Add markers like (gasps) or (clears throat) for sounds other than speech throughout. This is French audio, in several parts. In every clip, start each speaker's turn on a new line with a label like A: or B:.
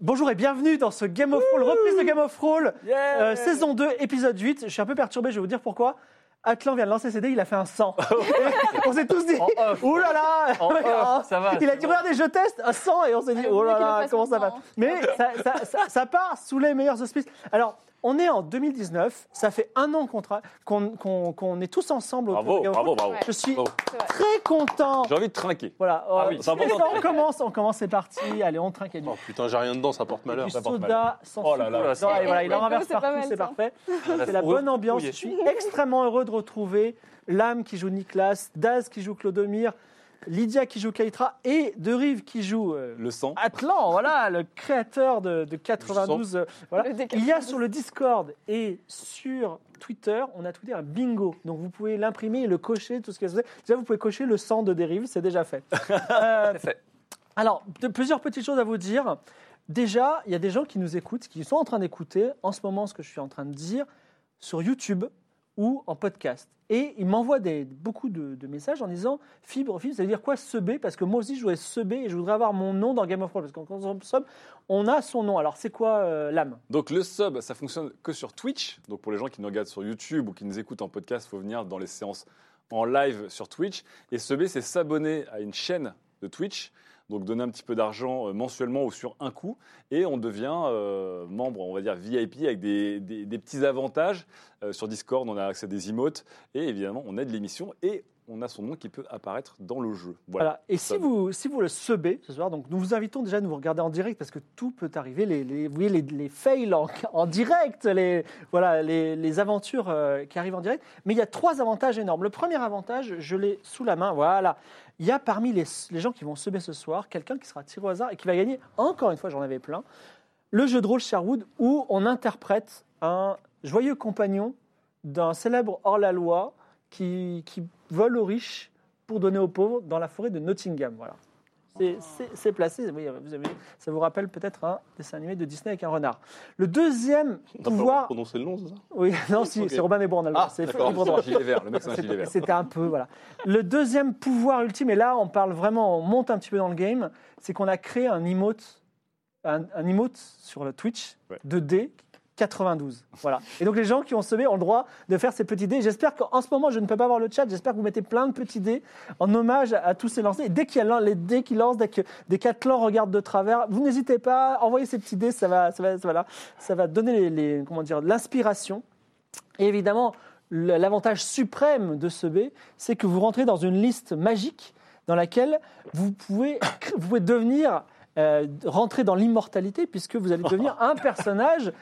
A: Bonjour et bienvenue dans ce Game of Roll, reprise de Game of Roll, euh, saison 2, épisode 8. Je suis un peu perturbé, je vais vous dire pourquoi. Atlan vient de lancer ses dés, il a fait un 100. Et on s'est tous dit,
B: Ah En off.
A: Ouh là là
B: En off, ça va,
A: Il a
B: c'est
A: dit,
B: bon. Ah,
A: regardez, je teste un 100 et on s'est dit,
C: Allez,
A: oh
C: vous
A: là
C: voulez qu'il le
A: là,
C: fasse
A: comment ça va
C: longtemps, hein.
A: Mais ça, ça- ça- ça part sous les meilleurs auspices. Alors, on est en 2019, ça fait un an qu'on tra- qu'on qu'on- qu'on est tous ensemble. autour de
B: Bravo,
A: Game of
B: bravo,
A: Roll.
B: bravo.
C: Ouais.
A: Je suis
B: Bravo.
A: très content.
B: J'ai envie de trinquer.
A: Voilà,
B: Ah
A: euh,
B: oui, c'est important.
A: on commence, on commence, c'est parti. Allez, on trinque et du
D: Oh putain, j'ai rien dedans, ça porte malheur.
A: du
D: Ça porte
A: soda sans
D: Oh là Ah,
A: sucre.
D: là.
A: Non, et voilà, il en
C: Et
A: renverse
C: c'est pas
A: partout,
C: mal,
A: c'est
C: ça.
A: parfait.
B: la
A: C'est la
B: fourrure
A: bonne ambiance. Je suis
B: fouillée.
A: extrêmement heureux de retrouver Lame qui joue Nicolas, Daz qui joue Clodomir, Lydia qui joue Keitra et Derive qui joue euh,
B: Le sang.
A: Atlan, voilà, le créateur de, de 92. euh, voilà.
C: Le décalage.
A: Il y a sur le Discord et sur Twitter, on a tweeté un bingo. Donc vous pouvez l'imprimer et le cocher, tout ce que vous voulez. Déjà, vous pouvez cocher le sang de dérive, c'est déjà fait. Euh,
B: fait.
A: Alors, de, plusieurs petites choses à vous dire. Déjà, il y a des gens qui nous écoutent, qui sont en train d'écouter en ce moment ce que je suis en train de dire sur YouTube ou en podcast. Et ils m'envoient des- beaucoup de, de messages en disant Fibre, Fibre, ça veut dire quoi se B Parce que moi aussi, je voulais se B et je voudrais avoir mon nom dans Game of Thrones. Parce qu'en quand on somme, on a son nom. Alors, c'est quoi euh, l'âme
D: Donc le sub, ça fonctionne que sur Twitch. Donc pour les gens qui nous regardent sur YouTube ou qui nous écoutent en podcast, il faut venir dans les séances en live sur Twitch. Et ce B, c'est s'abonner à une chaîne de Twitch. Donc donner un petit peu d'argent euh, mensuellement ou sur un coup. Et on devient euh, membre, on va dire VIP, avec des, des- des petits avantages. Euh, sur Discord, on a accès à des emotes. Et évidemment, on aide l'émission et on a son nom qui peut apparaître dans le jeu. Voilà.
A: Voilà. Et si
D: Somme.
A: vous, si vous le subez ce soir, donc nous vous invitons déjà à nous regarder en direct parce que tout peut arriver. Les, les- vous voyez, les, les fails en, en direct, les, voilà, les, les aventures euh, qui arrivent en direct. Mais il y a trois avantages énormes. Le premier avantage, je l'ai sous la main. Voilà. Il y a parmi les, les gens qui vont subir ce soir quelqu'un qui sera tiré au hasard et qui va gagner, encore une fois, j'en avais plein, le jeu de rôle Sherwood où on interprète un joyeux compagnon d'un célèbre hors-la-loi qui, qui vole aux riches pour donner aux pauvres dans la forêt de Nottingham. Voilà. C'est- C'est c'est placé, oui, vous avez- ça vous rappelle peut-être un dessin animé de Disney avec un renard. Le deuxième
D: On n'a pas
A: pouvoir.
D: prononcé le nom, c'est ça
A: Oui, (laughs) non, si,
D: Ok. Ah,
A: c'est Robin des Bois en allemand. C'est libre droit.
D: un gilet vert. Le mec, c'est un gilet vert.
A: C'était un peu, voilà. Le deuxième pouvoir ultime, et là, on parle vraiment, on monte un petit peu dans le game, c'est qu'on a créé un emote, un, un emote sur le Twitch
D: Ouais.
A: de D. 92. Voilà. Et donc les gens qui ont semé ont le droit de faire ces petits dés. J'espère qu'en ce moment, je ne peux pas voir le chat. J'espère que vous mettez plein de petits dés en hommage à tous ces lancers. Et dès qu'il y a l'un- les dés qui lancent, dès que des quatre clans regardent de travers, vous n'hésitez pas, envoyez ces petits dés. Ça va, ça va, ça va, là. Ça va donner les, les- comment dire, l'inspiration. Et évidemment, le- l'avantage suprême de ce B, c'est que vous rentrez dans une liste magique dans laquelle vous pouvez, (coughs) vous pouvez devenir, euh, rentrer dans l'immortalité, puisque vous allez devenir un personnage.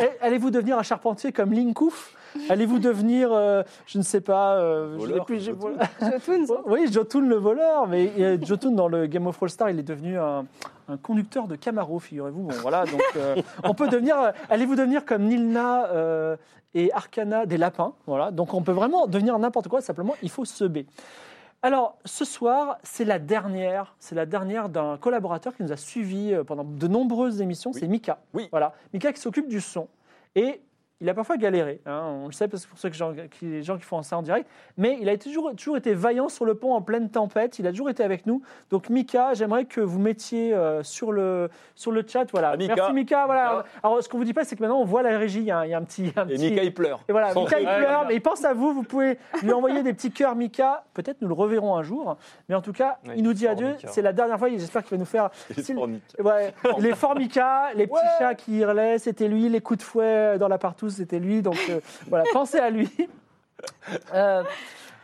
A: Eh, Allez-vous devenir un charpentier comme Linkouf Allez-vous devenir, euh, je ne sais pas, euh, je n'ai
D: Voleur
A: plus,
D: comme
A: j'ai-
D: (laughs) Jotun.
C: Jotuns.
A: oui, Jotun le voleur, mais euh, Jotun dans le Game of All Star, il est devenu un, un conducteur de Camaro, figurez-vous. Bon, voilà, donc euh, on peut devenir. euh, Allez-vous devenir comme Nilna euh, et Arcana des lapins Voilà, donc on peut vraiment devenir n'importe quoi. Simplement, il faut se b. Alors, ce soir, c'est la dernière, c'est la dernière d'un collaborateur qui nous a suivis euh, pendant de nombreuses émissions.
D: Oui.
A: C'est Mika.
D: Oui.
A: Voilà, Mika qui s'occupe du son et il a parfois galéré. hein, on le sait parce que pour ceux que j'en- qui- les gens qui font ça en direct. Mais il a été toujours, toujours été vaillant sur le pont en pleine tempête. Il a toujours été avec nous. Donc Mika, j'aimerais que vous mettiez euh, sur, le, sur le chat. Voilà.
D: Ah, Mika.
A: Merci Mika. Voilà. Alors ce qu'on vous dit pas, c'est que maintenant on voit la régie. hein. Il y a, un- il y a un petit. un
D: Et
A: petit-
D: Mika, il pleure.
A: et voilà,
D: Sans
A: Mika il
D: rire.
A: pleure, mais il pense à vous. Vous pouvez lui envoyer des petits cœurs, Mika. Peut-être nous le reverrons un jour. Mais en tout cas,
B: Ouais,
A: il nous dit
B: fort,
A: adieu.
B: Mika.
A: C'est la dernière fois. J'espère qu'il va nous faire.
D: Il est
A: S'il-
D: fornique.
A: Ouais, les formica, les petits chats qui hurlaient, c'était lui. Les coups de fouet euh, dans la partouze, c'était lui. Donc euh, voilà, pensez à lui. Euh,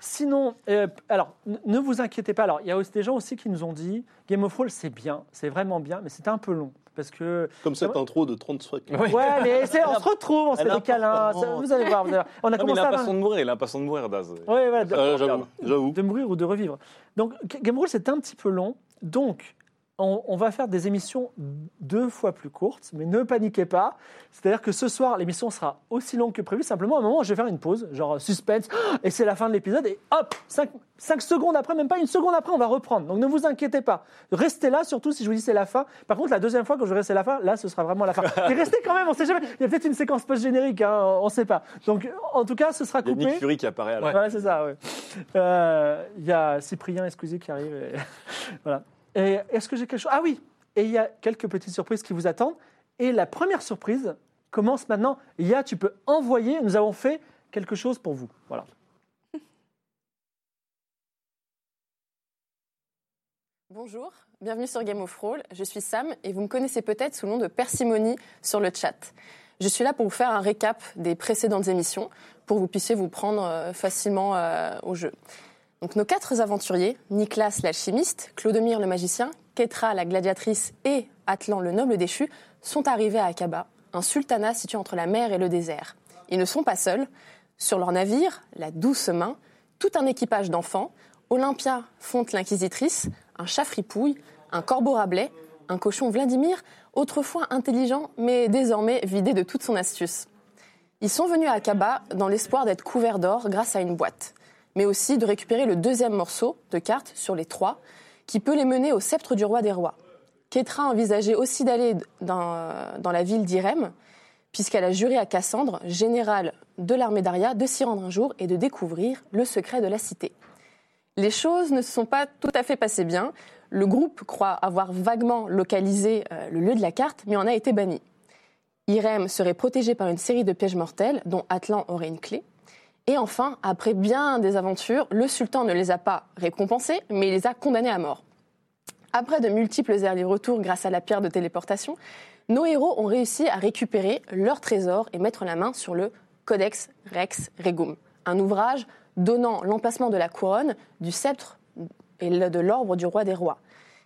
A: sinon, euh, alors n- ne vous inquiétez pas. Alors il y a aussi des gens aussi qui nous ont dit Game of Thrones c'est bien, c'est vraiment bien, mais c'est un peu long parce que
E: Comme cette
A: Ouais.
E: intro de 30 secondes.
A: ouais, mais c'est- on se retrouve, on se
E: Elle
A: fait
E: est
A: des câlins.
E: importante.
A: ça- Vous allez voir, vous allez voir. on a
D: Non, mais il
A: commencé
D: a
A: à.
D: un passant de mourir, il a un passant de mourir, Daz.
A: Ouais, voilà, de-
D: Euh,
E: j'avoue, j'avoue.
A: de mourir ou de revivre. Donc G- Game of Thrones c'est un petit peu long. Donc on, on va faire des émissions deux fois plus courtes, mais ne paniquez pas. C'est-à-dire que ce soir, l'émission sera aussi longue que prévu. Simplement, à un moment, je vais faire une pause, genre euh, suspense, (gasps) et c'est la fin de l'épisode, et hop, 5, secondes après, même pas une seconde après, on va reprendre. Donc ne vous inquiétez pas. Restez là, surtout si je vous dis c'est la fin. Par contre, la deuxième fois, quand je dirai c'est la fin, là, ce sera vraiment la fin. Mais restez quand même, on sait jamais. Il y a peut-être une séquence post-générique, hein, on ne sait pas. Donc, en tout cas, ce sera
D: Il y a
A: coupé.
D: Nick Fury qui apparaît à la
A: Voilà, c'est ça. ouais. Euh, Il y a Cyprien Escousi qui arrive. et- (laughs) voilà. Et est-ce que j'ai quelque chose Ah oui. Et il y a quelques petites surprises qui vous attendent. Et la première surprise commence maintenant. Il y a, tu peux envoyer. Nous avons fait quelque chose pour vous. Voilà.
B: Bonjour, bienvenue sur Game of Roll. Je suis Sam et vous me connaissez peut-être sous le nom de Persimony sur le chat. Je suis là pour vous faire un récap des précédentes émissions pour que vous puissiez vous prendre euh, facilement euh, au jeu. Donc nos quatre aventuriers, Nicolas l'alchimiste, Clodomir le magicien, Ketra la gladiatrice et Atlan le noble déchu, sont arrivés à Akaba, un sultanat situé entre la mer et le désert. Ils ne sont pas seuls. Sur leur navire, la douce main, tout un équipage d'enfants, Olympia fonte l'inquisitrice, un chat fripouille, un corbeau rabelais, un cochon Vladimir, autrefois intelligent mais désormais vidé de toute son astuce. Ils sont venus à Akaba dans l'espoir d'être couverts d'or grâce à une boîte, mais aussi de récupérer le deuxième morceau de carte sur les trois qui peut les mener au sceptre du roi des rois. Ketra envisageait aussi d'aller dans, dans la ville d'Irem, puisqu'elle a juré à Cassandre, générale de l'armée d'Aria, de s'y rendre un jour et de découvrir le secret de la cité. Les choses ne se sont pas tout à fait passées bien. Le groupe croit avoir vaguement localisé euh, le lieu de la carte, mais en a été banni. Irem serait protégé par une série de pièges mortels, dont Atlan aurait une clé. Et enfin, après bien des aventures, le sultan ne les a pas récompensés, mais il les a condamnés à mort. Après de multiples allers-retours grâce à la pierre de téléportation, nos héros ont réussi à récupérer leur trésor et mettre la main sur le Codex Rex Regum, un ouvrage donnant l'emplacement de la couronne, du sceptre et le- de l'orbre du roi des rois,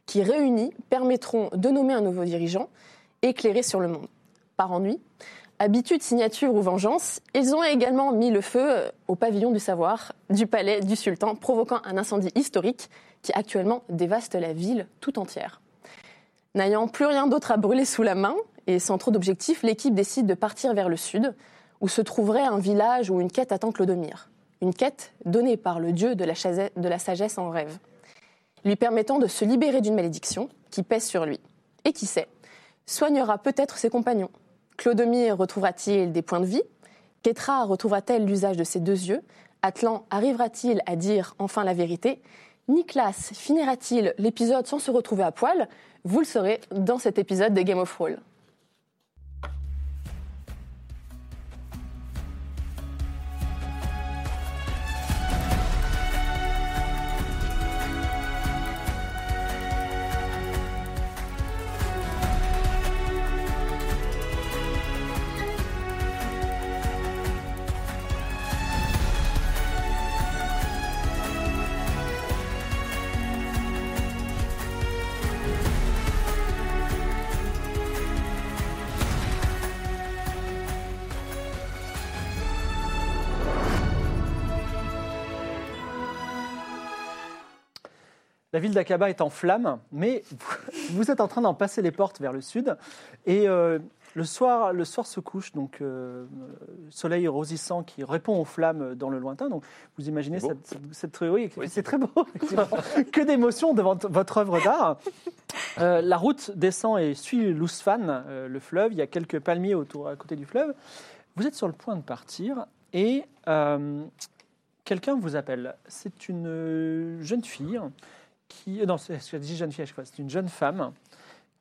B: qui réunis permettront de nommer un nouveau dirigeant éclairé sur le monde. Par ennui, habitude, signature ou vengeance, ils ont également mis le feu euh, au pavillon du savoir du palais du sultan, provoquant un incendie historique qui actuellement dévaste la ville tout entière. N'ayant plus rien d'autre à brûler sous la main et sans trop d'objectifs, l'équipe décide de partir vers le sud, où se trouverait un village ou une quête à Clodomir. Une quête donnée par le dieu de la, chase- de la sagesse en rêve, lui permettant de se libérer d'une malédiction qui pèse sur lui. Et qui sait, soignera peut-être ses compagnons. Clodomir retrouvera-t-il des points de vie Ketra retrouvera-t-elle l'usage de ses deux yeux Atlan arrivera-t-il à dire enfin la vérité Niklas finira-t-il l'épisode sans se retrouver à poil Vous le saurez dans cet épisode de Game of Thrones.
A: La ville d'Akaba est en flammes, mais vous (laughs) êtes en train d'en passer les portes vers le sud. Et euh, le, soir, le soir se couche, donc euh, le soleil rosissant qui répond aux flammes dans le lointain. Donc vous imaginez
D: C'est beau.
A: cette, cette, cette- oui, c'est très beau. (laughs) effectivement. que d'émotion devant t- votre œuvre d'art. Euh, la route descend et suit l'Ousfan, euh, le fleuve. Il y a quelques palmiers autour à côté du fleuve. Vous êtes sur le point de partir et euh, quelqu'un vous appelle. C'est une euh, jeune fille qui. euh, Non, c'est je dis jeune fille à chaque fois. C'est une jeune femme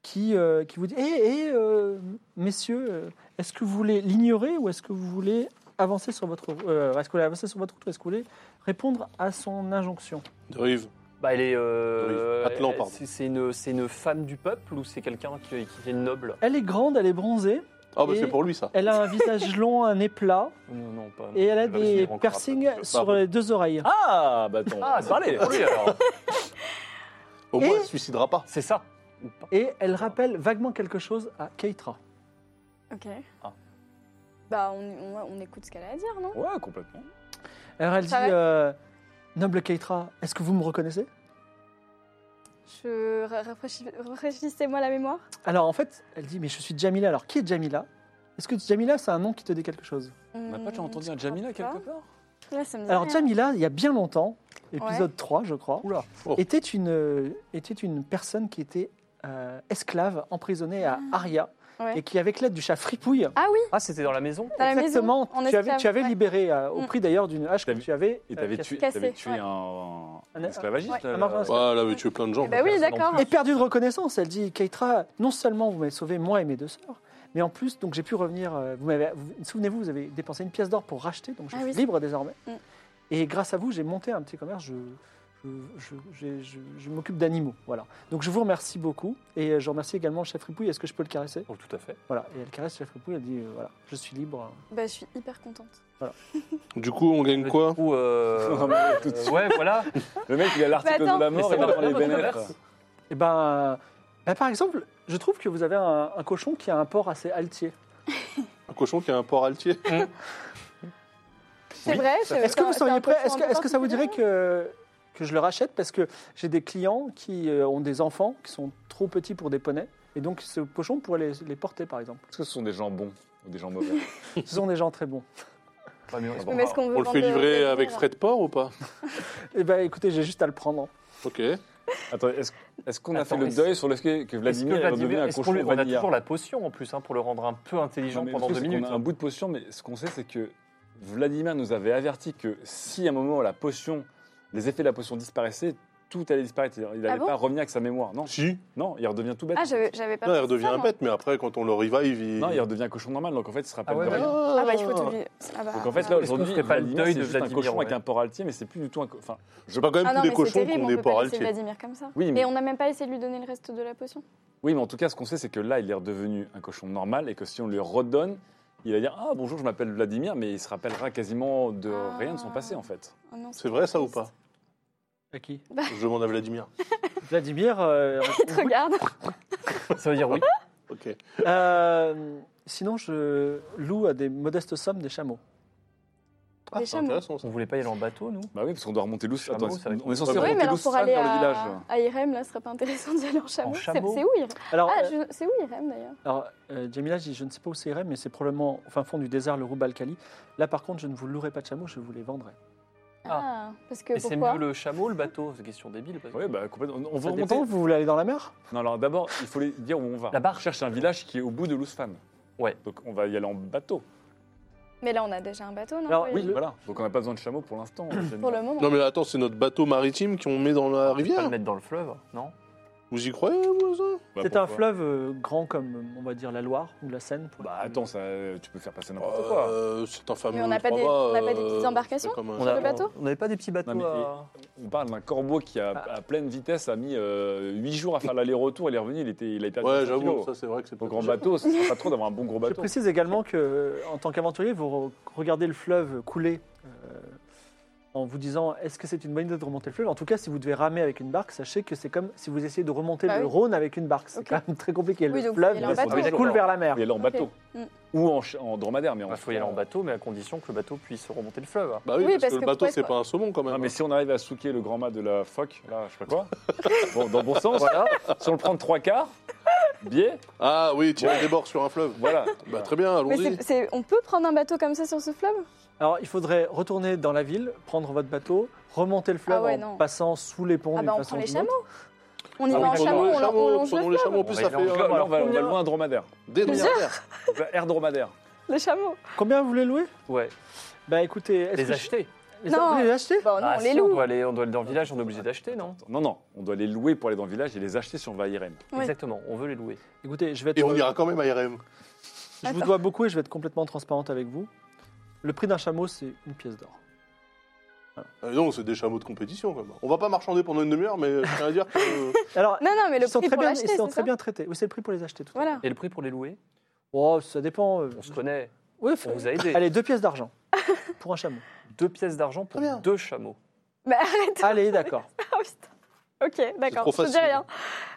A: qui, euh, qui vous dit Hé, hé, euh, messieurs, euh, est-ce que vous voulez l'ignorer ou est-ce que vous voulez avancer sur votre route Est-ce que vous voulez avancer sur votre route ou est-ce que vous voulez répondre à son injonction
C: Drive.
E: Bah, elle est. euh,
C: Oui, Atlan,
E: elle-
C: pardon.
E: c'est- C'est une, c'est une femme du peuple ou c'est quelqu'un qui, qui est noble
A: Elle est grande, elle est bronzée,
C: Ah, bah
A: Et-
C: c'est pour lui ça.
A: elle a un
E: (laughs)
A: visage long, un nez plat
E: Non, non, pas.
A: et elle a
E: je vais venir
A: des
E: encore
A: piercings
E: après.
A: sur les deux oreilles.
D: Ah, bah attends,
E: Ah,
D: on va parler.
E: c'est pour lui alors
C: Au moins,
A: Et-
C: elle se suicidera pas.
E: C'est ça ou pas
A: Et elle rappelle vaguement quelque chose à Keitra.
F: Ok.
E: Ah.
F: Bah, on, on- on écoute ce qu'elle a à dire, non
D: Ouais, complètement.
A: Alors elle dit
F: Ça va
A: euh, Noble Keitra, est-ce que vous me reconnaissez
F: Je ra- rafraîchis- rafraîchissez-moi la mémoire.
A: Alors en fait, elle dit Mais je suis Jamila. Alors qui est Jamila Est-ce que Jamila, c'est un nom qui te dit quelque chose
D: On n'a pas déjà
F: Hmm,
D: entendu
F: je
D: un
F: crois
D: Jamila
F: pas.
D: quelque part
F: Là, ça me dit
A: Alors
F: rien.
A: Jamila, il y a bien longtemps, épisode 3 je crois,
D: Oula. Oh.
A: était, une, euh, était une personne qui était euh, esclave, emprisonnée à Aria,
F: Ah. Ouais.
A: et qui avec l'aide du chat Fripouille,
F: Ah oui,
E: Ah, c'était dans la maison
F: dans la maison.
A: exactement,
F: en
A: tu avais,
F: esclave,
A: tu avais
F: ouais.
A: libéré, euh, au
F: Mm.
A: prix d'ailleurs d'une hache que
D: T'avais-
A: tu avais...
D: Et
A: euh,
D: t'avais
A: cassée.
D: tué,
F: Cassé,
D: t'avais tué
F: ouais.
D: un, (laughs)
A: Un-
D: un esclavagiste
F: ouais.
D: euh,
A: Un
F: Ah,
D: là,
A: marchand
D: là.
A: esclavagiste.
C: Ouais, là, mais tuer plein de gens.
F: Eh ben oui,
D: personne en
F: d'accord.
D: plus.
A: Et perdue de reconnaissance, elle dit, Keitra, non seulement vous m'avez sauvé, moi et mes deux sœurs, mais en plus, donc j'ai pu revenir, euh, vous m'avez, vous- souvenez-vous, vous avez dépensé une pièce d'or pour racheter, donc je
F: Ah
A: suis
F: oui.
A: libre désormais.
F: Mm.
A: Et grâce à vous, j'ai monté un petit commerce, je, je, je- je- je- je m'occupe d'animaux, voilà. Donc je vous remercie beaucoup, et euh, je remercie également le chef Ripouille, est-ce que je peux le caresser
E: Oh, tout à fait.
A: Voilà, et elle caresse le chef Ripouille, elle dit, euh, voilà, je suis libre.
F: Bah, je suis hyper contente.
C: Du coup, on gagne quoi
E: Ou
D: (laughs) Non, mais tout de suite.
E: euh, ouais,
D: (laughs)
E: voilà.
D: Le mec, il a l'article
F: Mais attends.
D: de la mort
E: Mais
D: et
E: c'est
D: il
E: pas
D: attend les
E: votre
D: bénéfices.
E: commerce.
A: Et ben, euh, ben, par exemple, je trouve que vous avez un, un cochon qui a un port assez altier.
C: Un cochon qui a un port altier
F: C'est vrai. c'est-
A: Est-ce que vous
F: c'est un
A: seriez
F: peu
A: prêt Est-ce que,
F: en
A: est-ce que ça vous dirait
F: particulier.
A: que, que je le rachète Parce que j'ai des clients qui euh, ont des enfants qui sont trop petits pour des poneys. Et donc, ce cochon pourrait les, les porter, par exemple. (laughs)
D: Est-ce que ce sont des gens bons ou des gens mauvais
A: Ce sont des gens très bons.
D: Pas bien.
F: Oui, mais est-ce qu'on veut
C: On le fait
F: vendre-
C: livrer
F: vendre-
C: avec frais de port ou pas
A: Eh bien, écoutez, j'ai juste à le prendre. hein.
C: Ok.
D: Attends, est-ce est-ce qu'on a
E: Attends,
D: fait le
E: est-ce-
D: deuil sur le fait que
E: Est-ce que
D: Vladimir va devenir
E: Vladimir,
D: un
E: est-ce qu'on
D: cochon
E: lui- on a
D: vanilla
E: toujours la potion en plus hein, pour le rendre un peu intelligent
D: Non, mais le
E: pendant
D: truc,
E: deux
D: c'est qu'on
E: minutes. hein.
D: a un bout de potion, mais ce qu'on sait, c'est que Vladimir nous avait averti que si à un moment la potion, les effets de la potion disparaissaient, tout allait disparaître. Il n'allait
F: Ah bon
D: pas revenir avec sa mémoire. Non,
C: (laughs) Si.
D: non, il redevient tout bête.
F: Ah, j'avais j'avais pas.
C: Non, il
F: pensé
C: redevient
F: ça,
C: un
F: moi.
C: bête, mais après, quand on le revive, il.
D: Non, il redevient un cochon normal, donc en fait, il se rappelle
E: Ah ouais,
D: de rien.
E: ouais.
F: Ah bah, il faut tout lui. Ah bah,
D: Donc en fait,
F: ah.
E: Est-ce
D: là,
E: qu'on
D: aujourd'hui,
E: ferait pas le
D: Vladimir,
E: deuil
D: c'est
E: de
D: juste un
E: Vladimir,
D: cochon avec
E: ouais.
D: un port altier, mais c'est plus du tout un cochon. Enfin,
C: Je pas quand même
F: Ah non,
C: tous
F: mais
C: des
F: c'est
C: cochons qui
F: terrible,
C: ont
F: on
C: des
F: peut
C: ports
F: pas laisser
C: altiers.
F: Vladimir comme ça.
D: oui, mais,
F: Et on n'a même pas essayé de lui donner le reste de la potion.
D: oui, mais en tout cas, ce qu'on sait, c'est que là, il est redevenu un cochon normal et que si on lui redonne, il va dire Ah, bonjour, je m'appelle Vladimir, mais il se rappellera quasiment de
F: Ah.
D: rien de son passé, en fait.
F: Oh non,
C: C'est vrai ça ou
F: triste.
C: pas
A: À qui
C: Je demande à Vladimir.
A: Vladimir. (laughs) euh,
F: Te regarde.
E: Ça
D: (laughs)
E: veut dire oui.
C: Ok.
A: euh, sinon, je loue à des modestes sommes des chameaux.
C: Ah,
F: Des
C: c'est
F: chameaux.
C: intéressant ça.
E: On voulait pas y aller en bateau, nous
D: Bah oui, parce qu'on doit remonter Lousse.
E: Chameau,
D: Attends,
E: ça va être-
D: on est censé
C: Ouais,
F: Oui, mais
D: remonter
F: alors
D: Lousse
F: pour
D: vers
F: aller
D: le
F: à,
D: village.
F: à Irem, là, ce serait pas intéressant d'y aller en chameau. C'est
E: chameau
F: c'est où Irem
A: Alors,
F: Ah,
A: euh,
F: je- c'est où Irem d'ailleurs
A: alors euh, Jamila, dit, je ne sais pas où c'est irait, mais c'est probablement au fin fond du désert, le Roubalkali. Là, par contre, je ne vous louerai pas de chameaux, je vous les vendrai.
E: Ah.
F: Ah, parce que
E: Et c'est
F: pourquoi
E: mieux le chameau, le bateau C'est question débile. parce que-
D: Oui, bah complètement. On- On va
A: Ça
D: remonter.
A: dépend, vous voulez aller dans la mer
D: Non, alors d'abord, il faut les dire où on va.
E: La barre.
D: On cherche un village qui est au bout de Lousfan.
E: Ouais.
D: Donc on va y aller en bateau.
F: Mais là, on a déjà un bateau, non
A: Alors,
F: Pauline
A: oui, Le-
D: Voilà. Donc on n'a pas besoin de chameau pour
F: (coughs)
D: l'instant. J'aime
F: Pour
D: bien.
F: le moment.
C: Non, mais là, attends, c'est notre bateau maritime qu'on met
E: On
C: dans la
E: peut pas le
C: rivière.
E: mettre dans le fleuve, non
C: Vous y croyez, vous, ça
D: Bah,
A: C'est
D: pourquoi
A: un fleuve euh, grand comme, euh, on va dire, la Loire ou la Seine. pour-
D: Bah attends, ça, euh, tu peux faire passer n'importe quoi.
C: Euh, C'est un fameux.
F: Mais on n'a pas
C: trois
F: des-
C: mâts,
F: on n'a pas des
C: euh,
F: petites
C: c'est
F: embarcations
C: comme un-
F: Sur le bateau
E: On n'avait pas des petits bateaux
D: Non, mais-
E: à-
D: On parle d'un corbeau qui, a,
E: Ah.
D: à pleine vitesse, a mis 8 jours à faire l'aller-retour. Il est revenu, il, était, il a été à
C: Ouais,
D: 200
C: j'avoue,
D: kilos.
C: ça c'est vrai que c'est pas.
D: Donc en bateau, ce serait pas trop d'avoir un bon gros
A: Je
D: bateau.
A: précise également que, euh, en tant qu'aventurier, vous re- regardez le fleuve couler euh, en vous disant est-ce que c'est une bonne idée de remonter le fleuve En tout cas, si vous devez ramer avec une barque, sachez que c'est comme si vous essayez de remonter
F: Bah
A: le
F: oui.
A: Rhône avec une barque. C'est
F: Ok.
A: quand même très compliqué. Le
F: Oui, donc,
A: fleuve
F: il y a un
A: ça
F: bateau.
A: coule vers la mer.
D: Il est en
F: Ok.
D: bateau.
F: Mm.
D: Ou en, ch- en dromadaire, mais
E: Il
D: on
E: faut y aller en bateau, mais à condition que le bateau puisse remonter le fleuve.
C: Bah oui,
F: Oui,
C: parce
F: parce
C: que le
F: que
C: bateau
F: pourquoi
C: c'est
F: est-ce
C: pas un saumon quand
D: Non,
C: même.
D: mais si on arrive à souquer le grand mât de la phoque, là, je sais pas
E: (laughs)
D: quoi, bon, dans le bon sens, si on le prend de trois quarts, biais,
C: Ah oui, tirer des bords sur un fleuve.
D: voilà.
C: Bah très bien,
F: Mais
C: allons-y.
F: c'est- c'est- on peut prendre un bateau comme ça sur ce fleuve
A: Alors, il faudrait retourner dans la ville, prendre votre bateau, remonter le fleuve
F: Ah ouais,
A: en
F: non.
A: passant sous les ponts.
F: Ah
A: d'une
F: bah, on
A: façon
F: prend
A: ou
F: les
A: d'une autre.
F: chameaux. On y
D: Ah
F: va
D: oui,
F: en
D: prenons
F: chameau,
D: les
F: on, on longe
C: prenons
F: le
C: les
F: fleuve.
C: chameaux, en plus
E: On va
C: ça
E: y aller
C: fait.
E: en
C: euh,
D: Là, on va, on va
A: combien
D: loin en dromadaire.
C: Des
F: Plusieurs.
C: milliardaires.
D: On va Air dromadaire.
F: Les chameaux.
A: Combien vous voulez louer
E: Ouais,
A: Bah écoutez, est-ce
E: les
A: que je-
E: acheter.
A: les-
F: Non.
A: vous voulez les acheter
F: Bah non,
E: Ah,
F: on les
E: si, On
F: loue.
E: doit aller, on doit aller dans le village, on est obligé d'acheter, non
D: Non, non, on doit les louer pour aller dans le village et les acheter si on va à Irem.
F: Ouais.
E: Exactement, on veut les louer.
A: Écoutez, je vais être
C: Et on ira quand même à RM.
A: Je vous
F: Attends.
A: dois beaucoup et je vais être complètement transparente avec vous. Le prix d'un chameau, c'est une pièce d'or.
C: Ah, Non, c'est des chameaux de compétition quand même. On va pas marchander pendant une demi-heure, mais je tiens à dire que. euh,
A: Alors,
F: Non, non, mais le
A: ils sont
F: prix
A: très
F: pour
A: bien,
F: l'acheter,
A: ils sont
F: c'est
A: très
F: ça
A: bien traités. Oui, c'est le prix pour les acheter. Tout à
F: Voilà.
E: Et le prix pour les louer
A: fait. Oh, ça dépend. euh,
E: On se connaît,
A: Oui,
E: on
A: faut-
E: vous a aidé.
A: Allez, deux pièces d'argent (laughs) pour un
F: (laughs)
A: chameau.
E: Deux pièces d'argent pour
C: Très bien.
E: deux chameaux.
F: Bah arrête.
A: Allez, d'accord.
F: Ah, putain. Ok, d'accord.
C: trop
F: Je te dis
C: facile.
F: rien.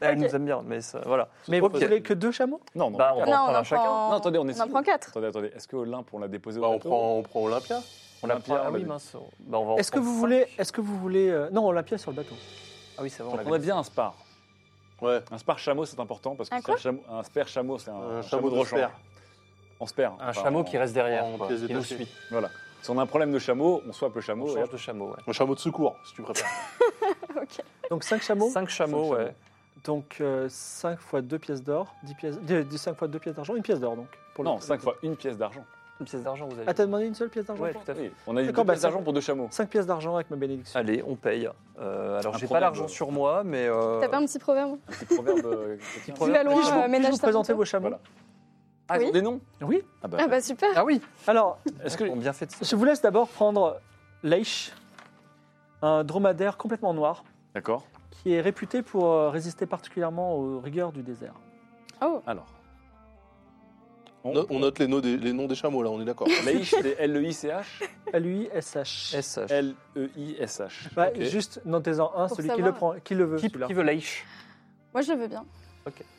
E: Elle
F: Ok.
E: Eh, nous aime bien, mais ça, voilà.
A: Mais
E: Ok.
A: vous voulez que deux chameaux
D: Non, non.
E: Bah, on va
F: Non,
E: en
F: on
E: prendre un
F: en
E: chacun.
F: prend.
D: Non, attendez, on est
F: On en prend quatre.
D: Attendez, attendez. Est-ce que l'un, pour l'a déposé au
C: Bah, on,
D: bateau
C: prend, on prend Olympia.
E: On l'a
D: Olympia,
E: pris. Ah
D: on
E: oui,
D: l'a
E: mince. Bah, on va en
A: Est-ce que
E: prendre
A: vous
E: cinq.
A: voulez Est-ce que vous voulez euh, Non, on l'a pièce sur le bateau.
E: Ah oui, ça va,
D: On
E: on l'avait
D: prendrait bien un spar.
C: Ouais.
D: Un spare chameau, c'est important parce que
F: Un
D: c'est
F: quoi
D: un, chameau, un spare chameau, c'est un,
C: Un
D: un
C: chameau
D: chameau de
C: de
D: rechange.
C: sperre.
D: En sperre.
E: Un chameau qui reste derrière,
C: en
E: quoi,
C: pièces
E: qui nous
C: détachées.
E: suit.
D: Voilà. Si on a un problème de chameau, on swappe le
E: On
D: chameau. et
E: change
D: hop.
E: de chameau, ouais.
C: Un chameau de secours, si tu préfères.
F: Ok.
A: Donc 5 chameaux.
E: Cinq chameaux,
A: Cinq
E: ouais.
A: Donc 5 fois 2 pièces d'or, 10 pièces. 5 fois 2 pièces d'argent, une pièce d'or donc. Pour le-
D: Non, 5 fois une pièce d'argent.
E: Une pièce d'argent, vous avez.
A: Ah, t'as demandé une seule pièce d'argent
E: Ouais, tout à fait.
D: Oui, On a eu
A: D'accord,
D: deux
A: bah,
D: pièces
A: ça-
D: d'argent pour deux chameaux.
A: 5 pièces d'argent avec ma bénédiction.
E: Allez, on paye. Euh, alors,
D: Un
E: j'ai pas
D: proverbe.
E: l'argent sur moi, mais. euh,
F: T'as pas un petit proverbe
D: Un petit proverbe. euh, chrétien.
F: Tu vas loin,
A: Puis-je vous,
F: euh,
A: puis-je
F: ménage
A: vous
F: ta
A: présenter
F: pantoufle.
A: vos chameaux
D: Voilà.
E: Ah,
F: Oui.
E: des noms
A: Oui.
D: Ah bah,
F: Ah bah super
E: Ah oui
A: Alors,
D: Est-ce que
E: On bien fait de ça.
A: je vous laisse d'abord prendre Leish, un dromadaire complètement noir
D: D'accord.
A: qui est réputé pour euh, résister particulièrement aux rigueurs du désert.
F: Oh
D: Alors.
C: On note- On note les noms des, les noms des chameaux, là, on est d'accord.
D: Leich, c'est E L-E-I-C-H
A: L-U-I-S-H.
E: SH.
D: E L-E-I-S-H.
A: Bah,
C: Ok.
A: Juste notez-en un,
F: Pour
A: celui qui
F: savoir.
A: le, prend, qui le veut.
E: Qui,
A: celui-là.
E: qui veut Laïch
F: Moi je le veux bien.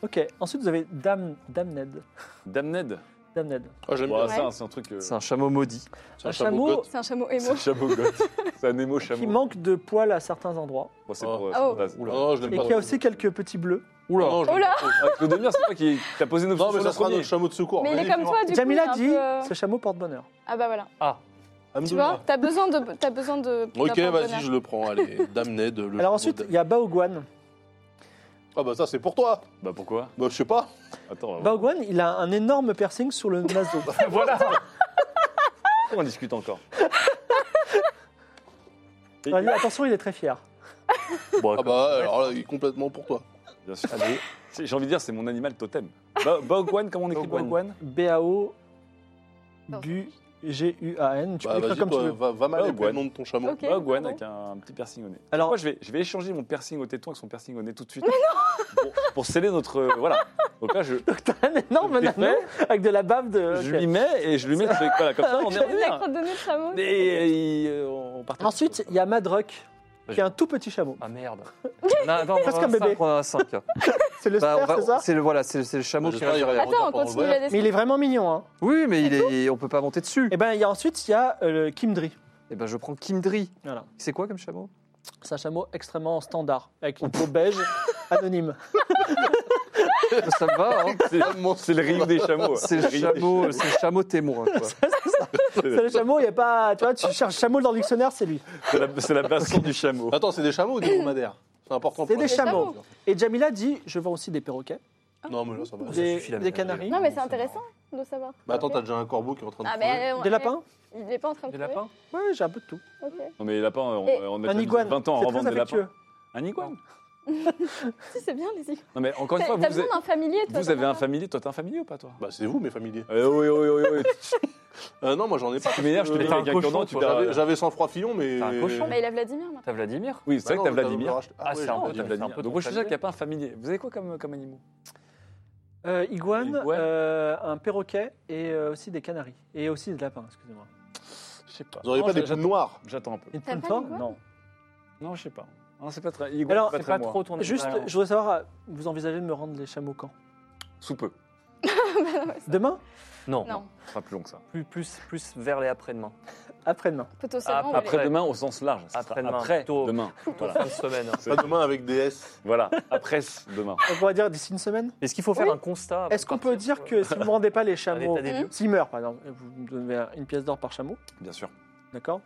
A: Ok, ensuite vous avez Dame, Dame Ned.
D: Damned.
A: Dame Ned.
C: Ah, j'aime
D: Bon,
C: bien.
F: Ouais.
D: ça, c'est un truc. euh,
E: C'est un chameau maudit.
C: C'est un
A: Un
C: chameau
A: chameau
C: goth.
F: C'est un chameau émo.
D: C'est un chameau goth. C'est un émo chameau.
A: qui manque de poils à certains endroits
D: Bon, c'est pour, euh,
C: Oh.
D: c'est pour Daz.
C: Oula. Non, je l'aime
A: et
C: pas.
A: qui a aussi quelques petits bleus.
C: Non, je l'aime
F: Oh là
C: pas.
D: Ah, le demi c'est toi qui t'as posé nos
C: Non, mais ça sera notre chameau de secours.
F: Mais il est comme toi du
A: Jamila
F: coup. il est
A: dit
F: un peu, euh,
A: ce chameau porte bonheur.
F: Ah bah voilà. Tu
C: Hamdoullah.
F: vois, t'as besoin de. T'as besoin de.
C: Ok,
F: d'un
C: vas-y,
F: partenaire.
C: je le
A: (laughs)
C: prends. Allez, Dame Ned. Le
A: Alors
C: chameau
A: ensuite,
C: de-
A: il y a Baoguan.
C: Ah, bah ça, c'est pour toi.
D: Bah pourquoi
C: Bah, je sais pas.
D: Attends, on va voir.
A: Baoguan, il a un énorme piercing sur le naso.
D: voilà (laughs) On discute encore. Et-
A: Alors, lui, attention, il est très fier.
D: Bon,
C: Ah, bah, alors là, il est complètement pour toi.
D: bien sûr. C'est- J'ai envie de dire, c'est mon animal totem. Ba- Baoguan, comment on écrit
E: Baoguan.
D: Baoguan
A: B-A-O.
F: Non,
A: Bu. G-U-A-N. Tu
C: Bah,
A: peux l'écrire
C: vas-y,
A: comme tu
C: toi,
A: veux.
C: va, va mal
D: Ouais,
C: avec le
D: ouais.
C: nom de ton chameau.
F: Ok,
D: Baoguan
F: pardon.
D: avec un, petit piercing au nez.
A: Alors,
D: Moi, je vais, je vais échanger mon piercing au téton avec son piercing au nez tout de suite. pour, pour sceller notre. euh, voilà. Donc là, je,
A: (laughs) un énorme
D: Je l'ai
A: nano avec de la bave de.
D: je
A: ok.
D: lui mets et je lui mets. avec- voilà, comme ça, on est
F: C'est la
D: revient.
F: crotte de nez de chameau.
D: Et euh, on part.
A: Ensuite, il y a Madrock, qui est un tout petit chameau.
E: Ah merde. (laughs) Non, attends, on
A: Presque
E: en a
A: un bébé.
E: cinq, On en a cinq.
A: C'est (laughs) le
E: Bah, on
A: cerf,
E: va-
A: c'est ça
E: c'est le voilà, c'est c'est le chameau qui.
C: J'espère qu'il regarde
F: Attends, on
C: pendant le
F: continue la
C: voyage.
A: Mais
F: description.
A: il est vraiment mignon. Hein.
E: Oui, mais il est, on peut pas monter dessus.
A: Et ben, il y a ensuite, il y a euh, le Kimdri.
E: Et ben, je prends Kimdri.
A: Voilà.
E: C'est quoi
A: (laughs)
E: comme chameau
A: C'est un chameau extrêmement standard, avec une peau
E: (laughs)
A: beige, anonyme.
E: Ça me va. Hein
D: C'est c'est le rire des chameaux.
E: c'est le
D: riz des
E: chameau, c'est le chameau témoin. Quoi.
A: C'est le chameau, il n'y a pas. Tu vois, tu cherches chameau dans le dictionnaire, c'est lui.
D: C'est la, c'est la baston du chameau.
C: Attends, c'est des
F: (coughs)
C: chameaux ou des dromadaires C'est important
A: C'est
C: pour
A: des
C: la-
A: chameaux. Et Jamila dit Je vends aussi des perroquets,
C: Non, mais là, ça va.
A: des,
E: Oh, suffit, la
A: des
E: merde.
A: canaris,
F: Non mais c'est intéressant de savoir.
C: Bah, attends, t'as déjà un corbeau qui est en train de.
F: Ah
C: crever.
F: mais, euh,
A: des lapins.
F: Il est pas en train de.
E: Des
F: crever
E: lapins
A: Ouais, j'ai un peu de tout.
F: Ok.
D: Non, mais les lapins, on,
F: Et-
D: on a
A: Un
D: mis
A: iguane.
D: 20 ans à
A: C'est très
D: revendre des lapins.
A: affectueux.
D: Un iguane
F: Si c'est bien les iguanes.
D: Non, mais encore une
F: T'as
D: fois,
F: t'as
D: vous,
F: besoin
D: avez-
F: d'un familier toi.
D: vous avez un familier. Toi, t'es un familier ou pas, toi
C: Bah, c'est vous, mes familiers.
D: Euh, Oui, oui, oui, oui.
C: Euh, non, moi, j'en ai pas.
D: Tu m'énerves, je te
C: Euh,
D: mets
E: t'as un
D: avec un
E: cochon,
D: cordon, tu
E: toi.
D: perds. euh,
C: J'avais- J'avais sang-froid Fillon, mais.
E: T'as un cochon
F: Mais il a Vladimir maintenant.
E: T'as Vladimir
D: (laughs) Oui, c'est vrai
C: Bah
D: que t'as
C: non, t'as
D: Vladimir.
C: racheté-
E: Ah,
C: ouais,
E: c'est
C: j'ai-
E: un
D: Ah,
E: peu
D: t'as
E: ton
D: Vladimir. Donc, moi, je suis sûr
E: familier.
D: qu'il n'y a pas un familier. Vous avez quoi comme, comme animaux
A: Euh, iguane,
D: Iguane.
A: euh, un perroquet et euh, aussi des canaris. Et aussi des lapins, excusez-moi.
D: Je sais pas.
C: Vous auriez
D: Non,
C: pas des
D: j'attends-
C: poules noires
D: J'attends un peu.
A: Une
F: T'as
A: poule
F: pas
A: forte
F: d'iguane
A: Non.
D: Non, je sais pas. Non, c'est pas très. Iguane,
A: Alors,
D: c'est
E: C'est pas
D: moi.
E: trop ton
A: Juste, je voudrais savoir, euh, vous envisagez de me rendre les chameaux quand
D: Sous peu.
A: Demain
E: Non,
F: Non.
D: Ce sera plus long que ça.
E: Plus, plus, plus vers les après-demain.
A: Après-demain.
F: Plutôt seulement.
E: Ah,
F: on va
E: Ouais.
D: Après-demain, au sens large. Ce sera
E: Après-demain,
D: Après
E: plutôt-
D: demain. Voilà.
E: Fin de semaine.
C: Pas demain avec des S.
D: Voilà. Après demain.
A: On pourrait dire d'ici une semaine
E: Est-ce qu'il faut faire
A: Oui.
E: un constat avant
A: Est-ce qu'on
E: de
A: peut
E: partir,
A: dire
E: euh,
A: que si vous ne rendez pas les
E: un
A: chameaux,
E: état des lieux
A: s'ils meurent, par exemple, vous me donnez une pièce d'or par chameau,
D: Bien sûr.
A: d'accord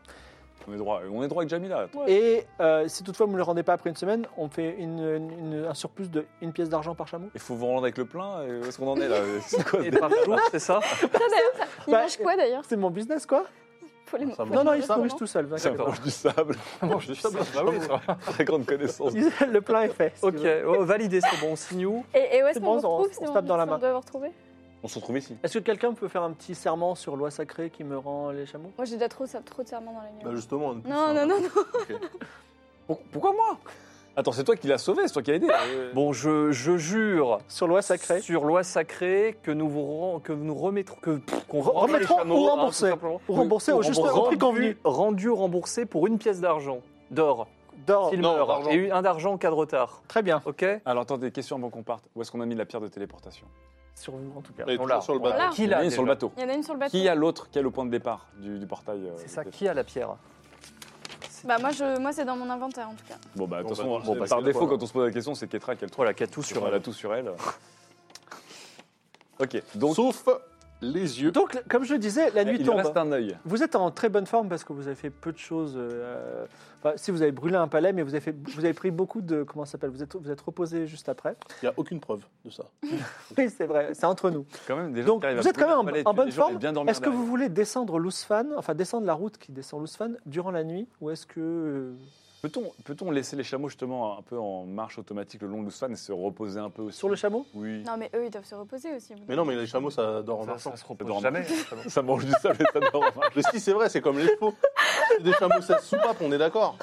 D: On est droit. On est droit avec Jamila. attends.
A: Et euh, si toutefois vous ne le rendez pas après une semaine, on fait une, une- une- un surplus de une pièce d'argent par chameau
D: Il faut vous rendre avec le plein. et Où est-ce qu'on en est là (laughs) C'est quoi ce
E: Et par jour, c'est ça
F: Ça, d'ailleurs, Il
A: Bah,
F: mange quoi d'ailleurs
A: C'est mon business, quoi
F: Faut les-
C: Ça
F: faut
C: me-
F: les
A: Non, non,
F: manger
A: ils se
F: comment
A: nourrissent tout seuls. vous
D: Ça
A: inquiétez pas.
D: mange du sable. Ça mange du sable. Bah oui, ça- très grande connaissance.
A: Ils- Le plein est fait. si
E: Ok,
A: vous voulez.
E: oh, validé, c'est bon, on signe où
F: Et, et où
A: C'est
F: est-ce
A: bon,
F: qu'on vous
A: on-
F: retrouve
A: on
F: si
A: se tape dans la
F: si
A: main.
F: on doit vous retrouver
D: On se retrouve ici.
A: Est-ce que quelqu'un peut faire un petit serment sur loi sacrée qui me rend les chameaux
F: Moi j'ai déjà trop, trop de serments dans la
C: Bah,
F: gueule.
C: justement.
F: Non, non, non, non.
D: Pour- Pourquoi moi Attends, c'est toi qui l'as sauvé, c'est toi qui l'as aidé. Euh,
E: Bon, je, je jure
A: Sur loi sacrée
E: sur loi sacrée que nous vous ren- que nous remettrons que pff, qu'on
A: Re-
E: rende les
A: remettrons
E: chameaux,
A: ou
E: hein,
A: rembourser.
E: tout simplement.
A: Ou rembourser au juste-
E: Rembourser.
A: au prix convenu.
E: rendu, rendu remboursé pour une pièce d'argent d'or
A: D'or.
E: s'il
C: non,
E: meurt.
C: d'argent.
E: et un d'argent en cas de retard.
A: Très bien.
E: Ok
D: Alors attends, des questions avant qu'on parte. Où est-ce qu'on a mis la pierre de téléportation
A: Sur vous, en tout cas.
C: Elle est
E: On l'a.
C: toujours sur le
E: on l'a.
C: bateau.
E: Qui
D: On l'a
E: l'a
D: mis sur le
E: déjà
D: bateau.
F: Il y en a une sur le bateau.
D: Qui a l'autre Qui a le point de départ du, du portail euh,
E: C'est ça,
D: de-
E: qui a la pierre
F: Bah moi, je, moi c'est dans mon inventaire en tout cas.
D: Bon, bah, de toute
C: Bon,
D: façon,
C: bah, bon, bah,
D: par
C: c'est
D: défaut,
C: quoi,
D: quand on se pose la question, c'est Ketra qui a le truc.
E: Voilà, qui a tout sur
D: Elle a
E: elle.
D: tout sur elle. (laughs) ok, donc. Eh,
C: Sauf les yeux.
A: Donc, comme je disais, la nuit
D: il
A: tombe.
D: reste un œil.
A: Vous êtes en très bonne forme parce que vous avez fait peu de choses. euh, enfin, si vous avez brûlé un palais, mais vous avez, fait, vous avez pris beaucoup de. Comment ça s'appelle vous êtes, vous êtes reposé juste après. (laughs)
C: Il n'y a aucune preuve de ça.
A: Oui, c'est vrai, c'est entre nous.
D: Quand même, des gens
A: Donc,
D: qui arrivent à
A: vous êtes quand
D: brûler
A: même
D: le
A: en,
D: palais,
A: en bonne
D: les gens aiment
A: forme.
D: bien dormir
A: Est-ce que vous
D: derrière.
A: voulez descendre l'Ousfan, enfin descendre la route qui descend l'Ousfan durant la nuit Ou est-ce que. euh,
D: Peut-on peut laisser les chameaux justement un peu en marche automatique le long de l'Ousfane et se reposer un peu aussi
A: Sur le chameau
D: Oui.
F: Non mais eux, ils doivent se reposer aussi.
C: Mais non, mais les chameaux, ça dort en
E: Ça,
C: marchant.
E: ça se repose
D: dort.
E: jamais. ça va.
D: Ça mange du sable et ça dort en marche.
C: Mais si, c'est vrai, c'est comme les chevaux. C'est Des chameaux, ça se soupape, on est d'accord.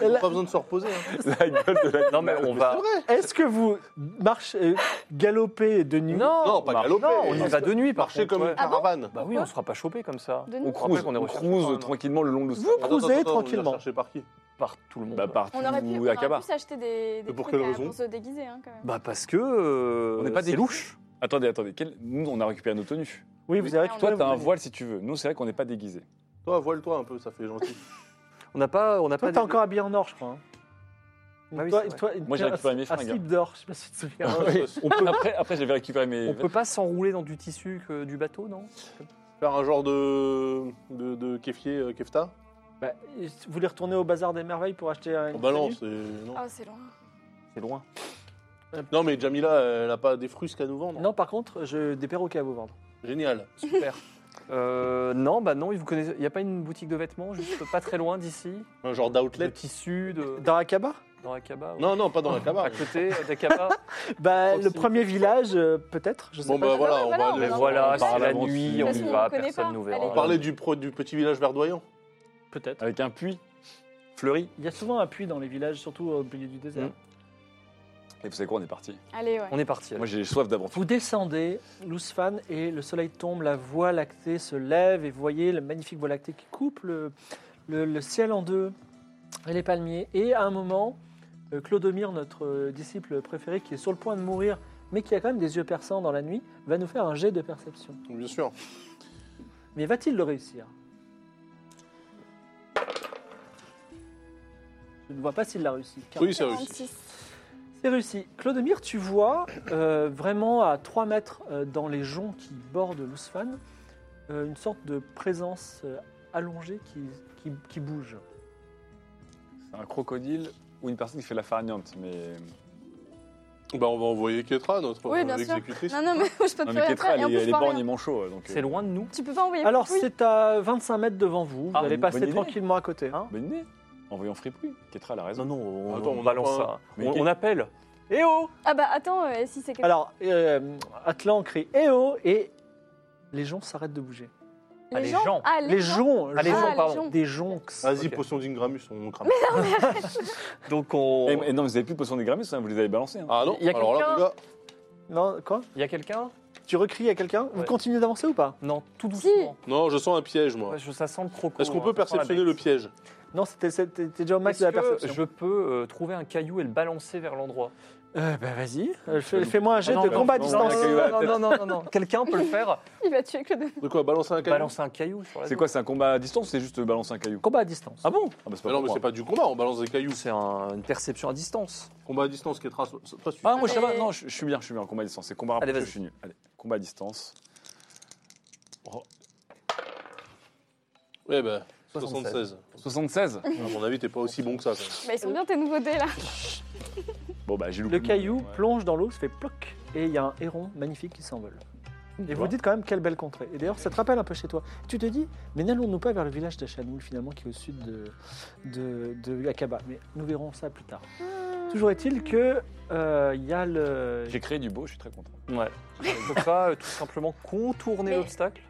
C: On n'a pas besoin de se reposer. hein.
D: La gueule de la
E: Non, mais on
D: Ah.
E: va.
A: Est-ce que vous marchez, euh, galopez de nuit
C: Non, pas
E: marche-
C: galoper.
E: Non, on y va de nuit, par
C: Marcher
E: contre,
C: comme
E: ouais.
C: une caravane.
E: Bah oui, on se fera pas choper comme ça.
F: De
D: On
F: nous.
D: cruise,
E: Après qu'on est
D: on
E: recherché
D: cruise
E: par un-
D: tranquillement le long de l'Ousfane.
A: Vous cruisez
C: On
A: tranquillement.
C: est recherché par qui
E: Par tout le monde.
D: Bah, partout
F: On aurait pu, on
D: à
F: aurait
D: Kaba.
F: pu s'acheter des, des
C: Mais pour
F: trucs
C: quelle
F: à-
C: raison
F: pour se déguiser hein, quand même.
E: Bah, parce que. euh,
D: On n'est pas des
E: c'est
D: louches. Attendez, attendez. quel- Nous, on a récupéré nos tenues.
A: Oui, vous avez
F: Toi,
A: récupéré
D: Toi,
A: vos
D: t'as un
A: tenues.
D: voile si tu veux. Nous, c'est vrai qu'on n'est pas déguisés.
C: Toi, voile-toi un peu, ça fait gentil.
E: On n'a pas. On n'a
A: Toi,
E: pas.
A: t'es
E: des-
A: encore habillé en or, je crois. hein.
E: Ah oui,
A: Toi-
E: c'est vrai.
A: toi- une-
D: Moi, j'ai récupéré mes
A: un
D: fringues,
A: slip d'or, je sais pas si tu te souviens.
D: On peut- Après, après j'avais récupéré mes.
E: On peut pas s'enrouler dans du tissu que du bateau, non
C: Faire un genre de, de, de kéfier, euh, kefta
A: Bah, vous voulez retourner au bazar des merveilles pour acheter euh, un.
C: On balance. et non.
F: Ah, c'est loin.
E: C'est loin.
C: non, mais Jamila, elle n'a pas des frusques à nous vendre.
A: Non, par contre, j'ai des perroquets à vous vendre.
C: Génial.
E: Super. (laughs) Euh, non, bah non, il vous connaissez. Y a pas une boutique de vêtements juste pas très loin d'ici
C: Un genre
E: De
C: d'outlet.
E: tissu, de
A: Dans Akaba
E: dans Akaba. ouais.
C: Non, non, pas dans la
E: À
C: cabane.
A: Ah,
E: côté d'Akaba.
A: (laughs) Bah,
E: Proximité.
A: le premier village, euh, peut-être, je sais
C: Bon,
A: pas.
C: bah voilà,
F: Ah,
C: on
F: voilà, on
C: va aller.
E: Mais
F: va-
E: voilà,
F: on
E: c'est
F: parle
E: la
D: à mon
E: nuit,
D: fils.
E: on
D: De toute
E: y
D: façon,
E: va,
F: on connaît
E: personne
F: pas.
E: nous
F: Allez.
E: verra.
C: On parlait du, pro- du petit village verdoyant.
A: Peut-être.
D: Avec un puits fleuri.
A: Il y a souvent un puits dans les villages, surtout au milieu du désert.
E: euh, Mm.
D: Et vous savez quoi, on est parti.
F: Allez, ouais.
E: On est parti.
D: Moi, j'ai soif d'aventure.
A: Vous descendez, l'Ousfan, et le soleil tombe, la voie lactée se lève, et vous voyez le magnifique voie lactée qui coupe le, le- le ciel en deux et les palmiers. Et à un moment, euh, Clodomir, notre euh, disciple préféré, qui est sur le point de mourir, mais qui a quand même des yeux perçants dans la nuit, va nous faire un jet de perception.
C: Bien sûr.
A: Mais va-t-il le réussir Je ne vois pas s'il l'a réussi.
C: Oui, c'est réussi.
F: 46.
A: C'est réussi. Clodomir, tu vois euh, vraiment à 3 mètres euh, dans les joncs qui bordent l'Ousfan euh, une sorte de présence euh, allongée qui, qui, qui bouge.
D: C'est un crocodile ou une personne qui fait la farniente. Mais.
C: Bah, on va envoyer Ketra, notre euh,
F: Oui, bien sûr.
C: exécutrice.
F: Non, non, mais je peux plus
D: Non, mais
F: rien
D: Ketra,
F: faire.
D: elle,
F: Et en
D: est-
F: plus,
D: elle
F: je
D: est
F: parle
D: borgne et
F: rien.
D: manchot. Donc, euh,
E: C'est loin de nous.
F: Tu peux pas envoyer
A: Alors,
F: oui.
A: c'est à 25 mètres devant vous. Vous
E: Ah,
A: allez
D: bonne
A: passer
D: idée.
A: tranquillement à côté. hein.
D: Bonne idée. Envoyons Fripouille. Ketra, elle a raison.
E: Non, non, on,
C: Attends,
E: on
C: on
E: balance
C: prend un-
E: ça.
D: Mais
E: On,
D: quel-
E: on appelle. Eh oh
F: Ah bah attends, euh, si c'est quelque
A: Alors, euh, Atlan crie Eh oh Et les joncs s'arrêtent de bouger.
E: Ah, les gens.
F: Ah, les,
A: Les joncs,
E: Ah, les
F: gens,
A: joncs,
F: pardon.
A: des joncs.
C: Vas-y,
E: Ok.
C: potion d'Ingramus, on crame.
E: Donc on.
D: Et, et non, vous avez plus de potion des grammes, vous les avez balancés. hein.
C: Ah non,
E: Y a
C: alors là,
E: quelqu'un
C: les gars,
A: Non, quoi
E: Il y a quelqu'un
A: Tu recries à quelqu'un Vous
E: Ouais.
A: continuez d'avancer ou pas
E: Non, tout
F: Si.
E: doucement.
C: non, je sens un piège, moi.
E: Ouais, je- ça sent le croco.
C: Est-ce qu'on
E: hein,
C: peut
E: ça sent la
C: perceptionner
E: bête.
C: le piège
A: Non, c'était- c'était t'es déjà au max
E: Est-ce
A: de la
E: que
A: perception.
E: je peux euh, trouver un caillou et le balancer vers l'endroit
A: Euh, bah, vas-y, Euh, fais- fais-moi un jet
E: Ah non,
A: de
E: bah,
A: combat à
D: non,
A: distance.
D: non, non,
E: Non, non, non, non, non. Quelqu'un peut le faire
F: Il va tuer que deux.
C: De quoi Balancer un caillou
E: Balancer un caillou sur la
D: C'est
E: zone.
D: quoi C'est un combat à distance ou c'est juste balancer un caillou
A: Combat à distance.
E: Ah bon
D: Ah bah, c'est
C: Mais non, mais
D: pour
C: c'est
D: moi.
C: pas du combat, on balance des cailloux.
E: C'est un- une perception à distance.
C: Combat à distance, Ketra, so- so- toi, tu
D: Ah, moi, je suis,
F: Et-
D: pas- non, je, je suis bien, je suis bien. Combat à distance. C'est combat à
E: Allez,
D: rapproché,
E: vas-y.
D: je suis nul. Allez, combat à distance.
C: Ouais, bah,
E: 76.
C: (laughs)
D: 76
C: 76. À mon avis, t'es pas aussi bon que ça. quand même.
F: Bah ils sont bien tes nouveautés là.
D: Bon, bah, j'ai loupé.
A: Le
E: Mhm.
A: caillou
D: Ouais.
A: plonge dans l'eau, se fait ploc, et il y a un héron magnifique qui s'envole. Et vous dites quand même quelle belle contrée. Et d'ailleurs, ça te rappelle un peu chez toi. Tu te dis, mais n'allons-nous pas vers le village d'Achanoul, finalement, qui est au sud de, de, de Akaba Mais nous verrons ça plus tard.
E: Ah.
A: Toujours est-il que euh, il y a le.
D: J'ai créé du beau, je suis très content.
E: Ouais. On peut pas euh, tout simplement contourner
F: Mais-
E: l'obstacle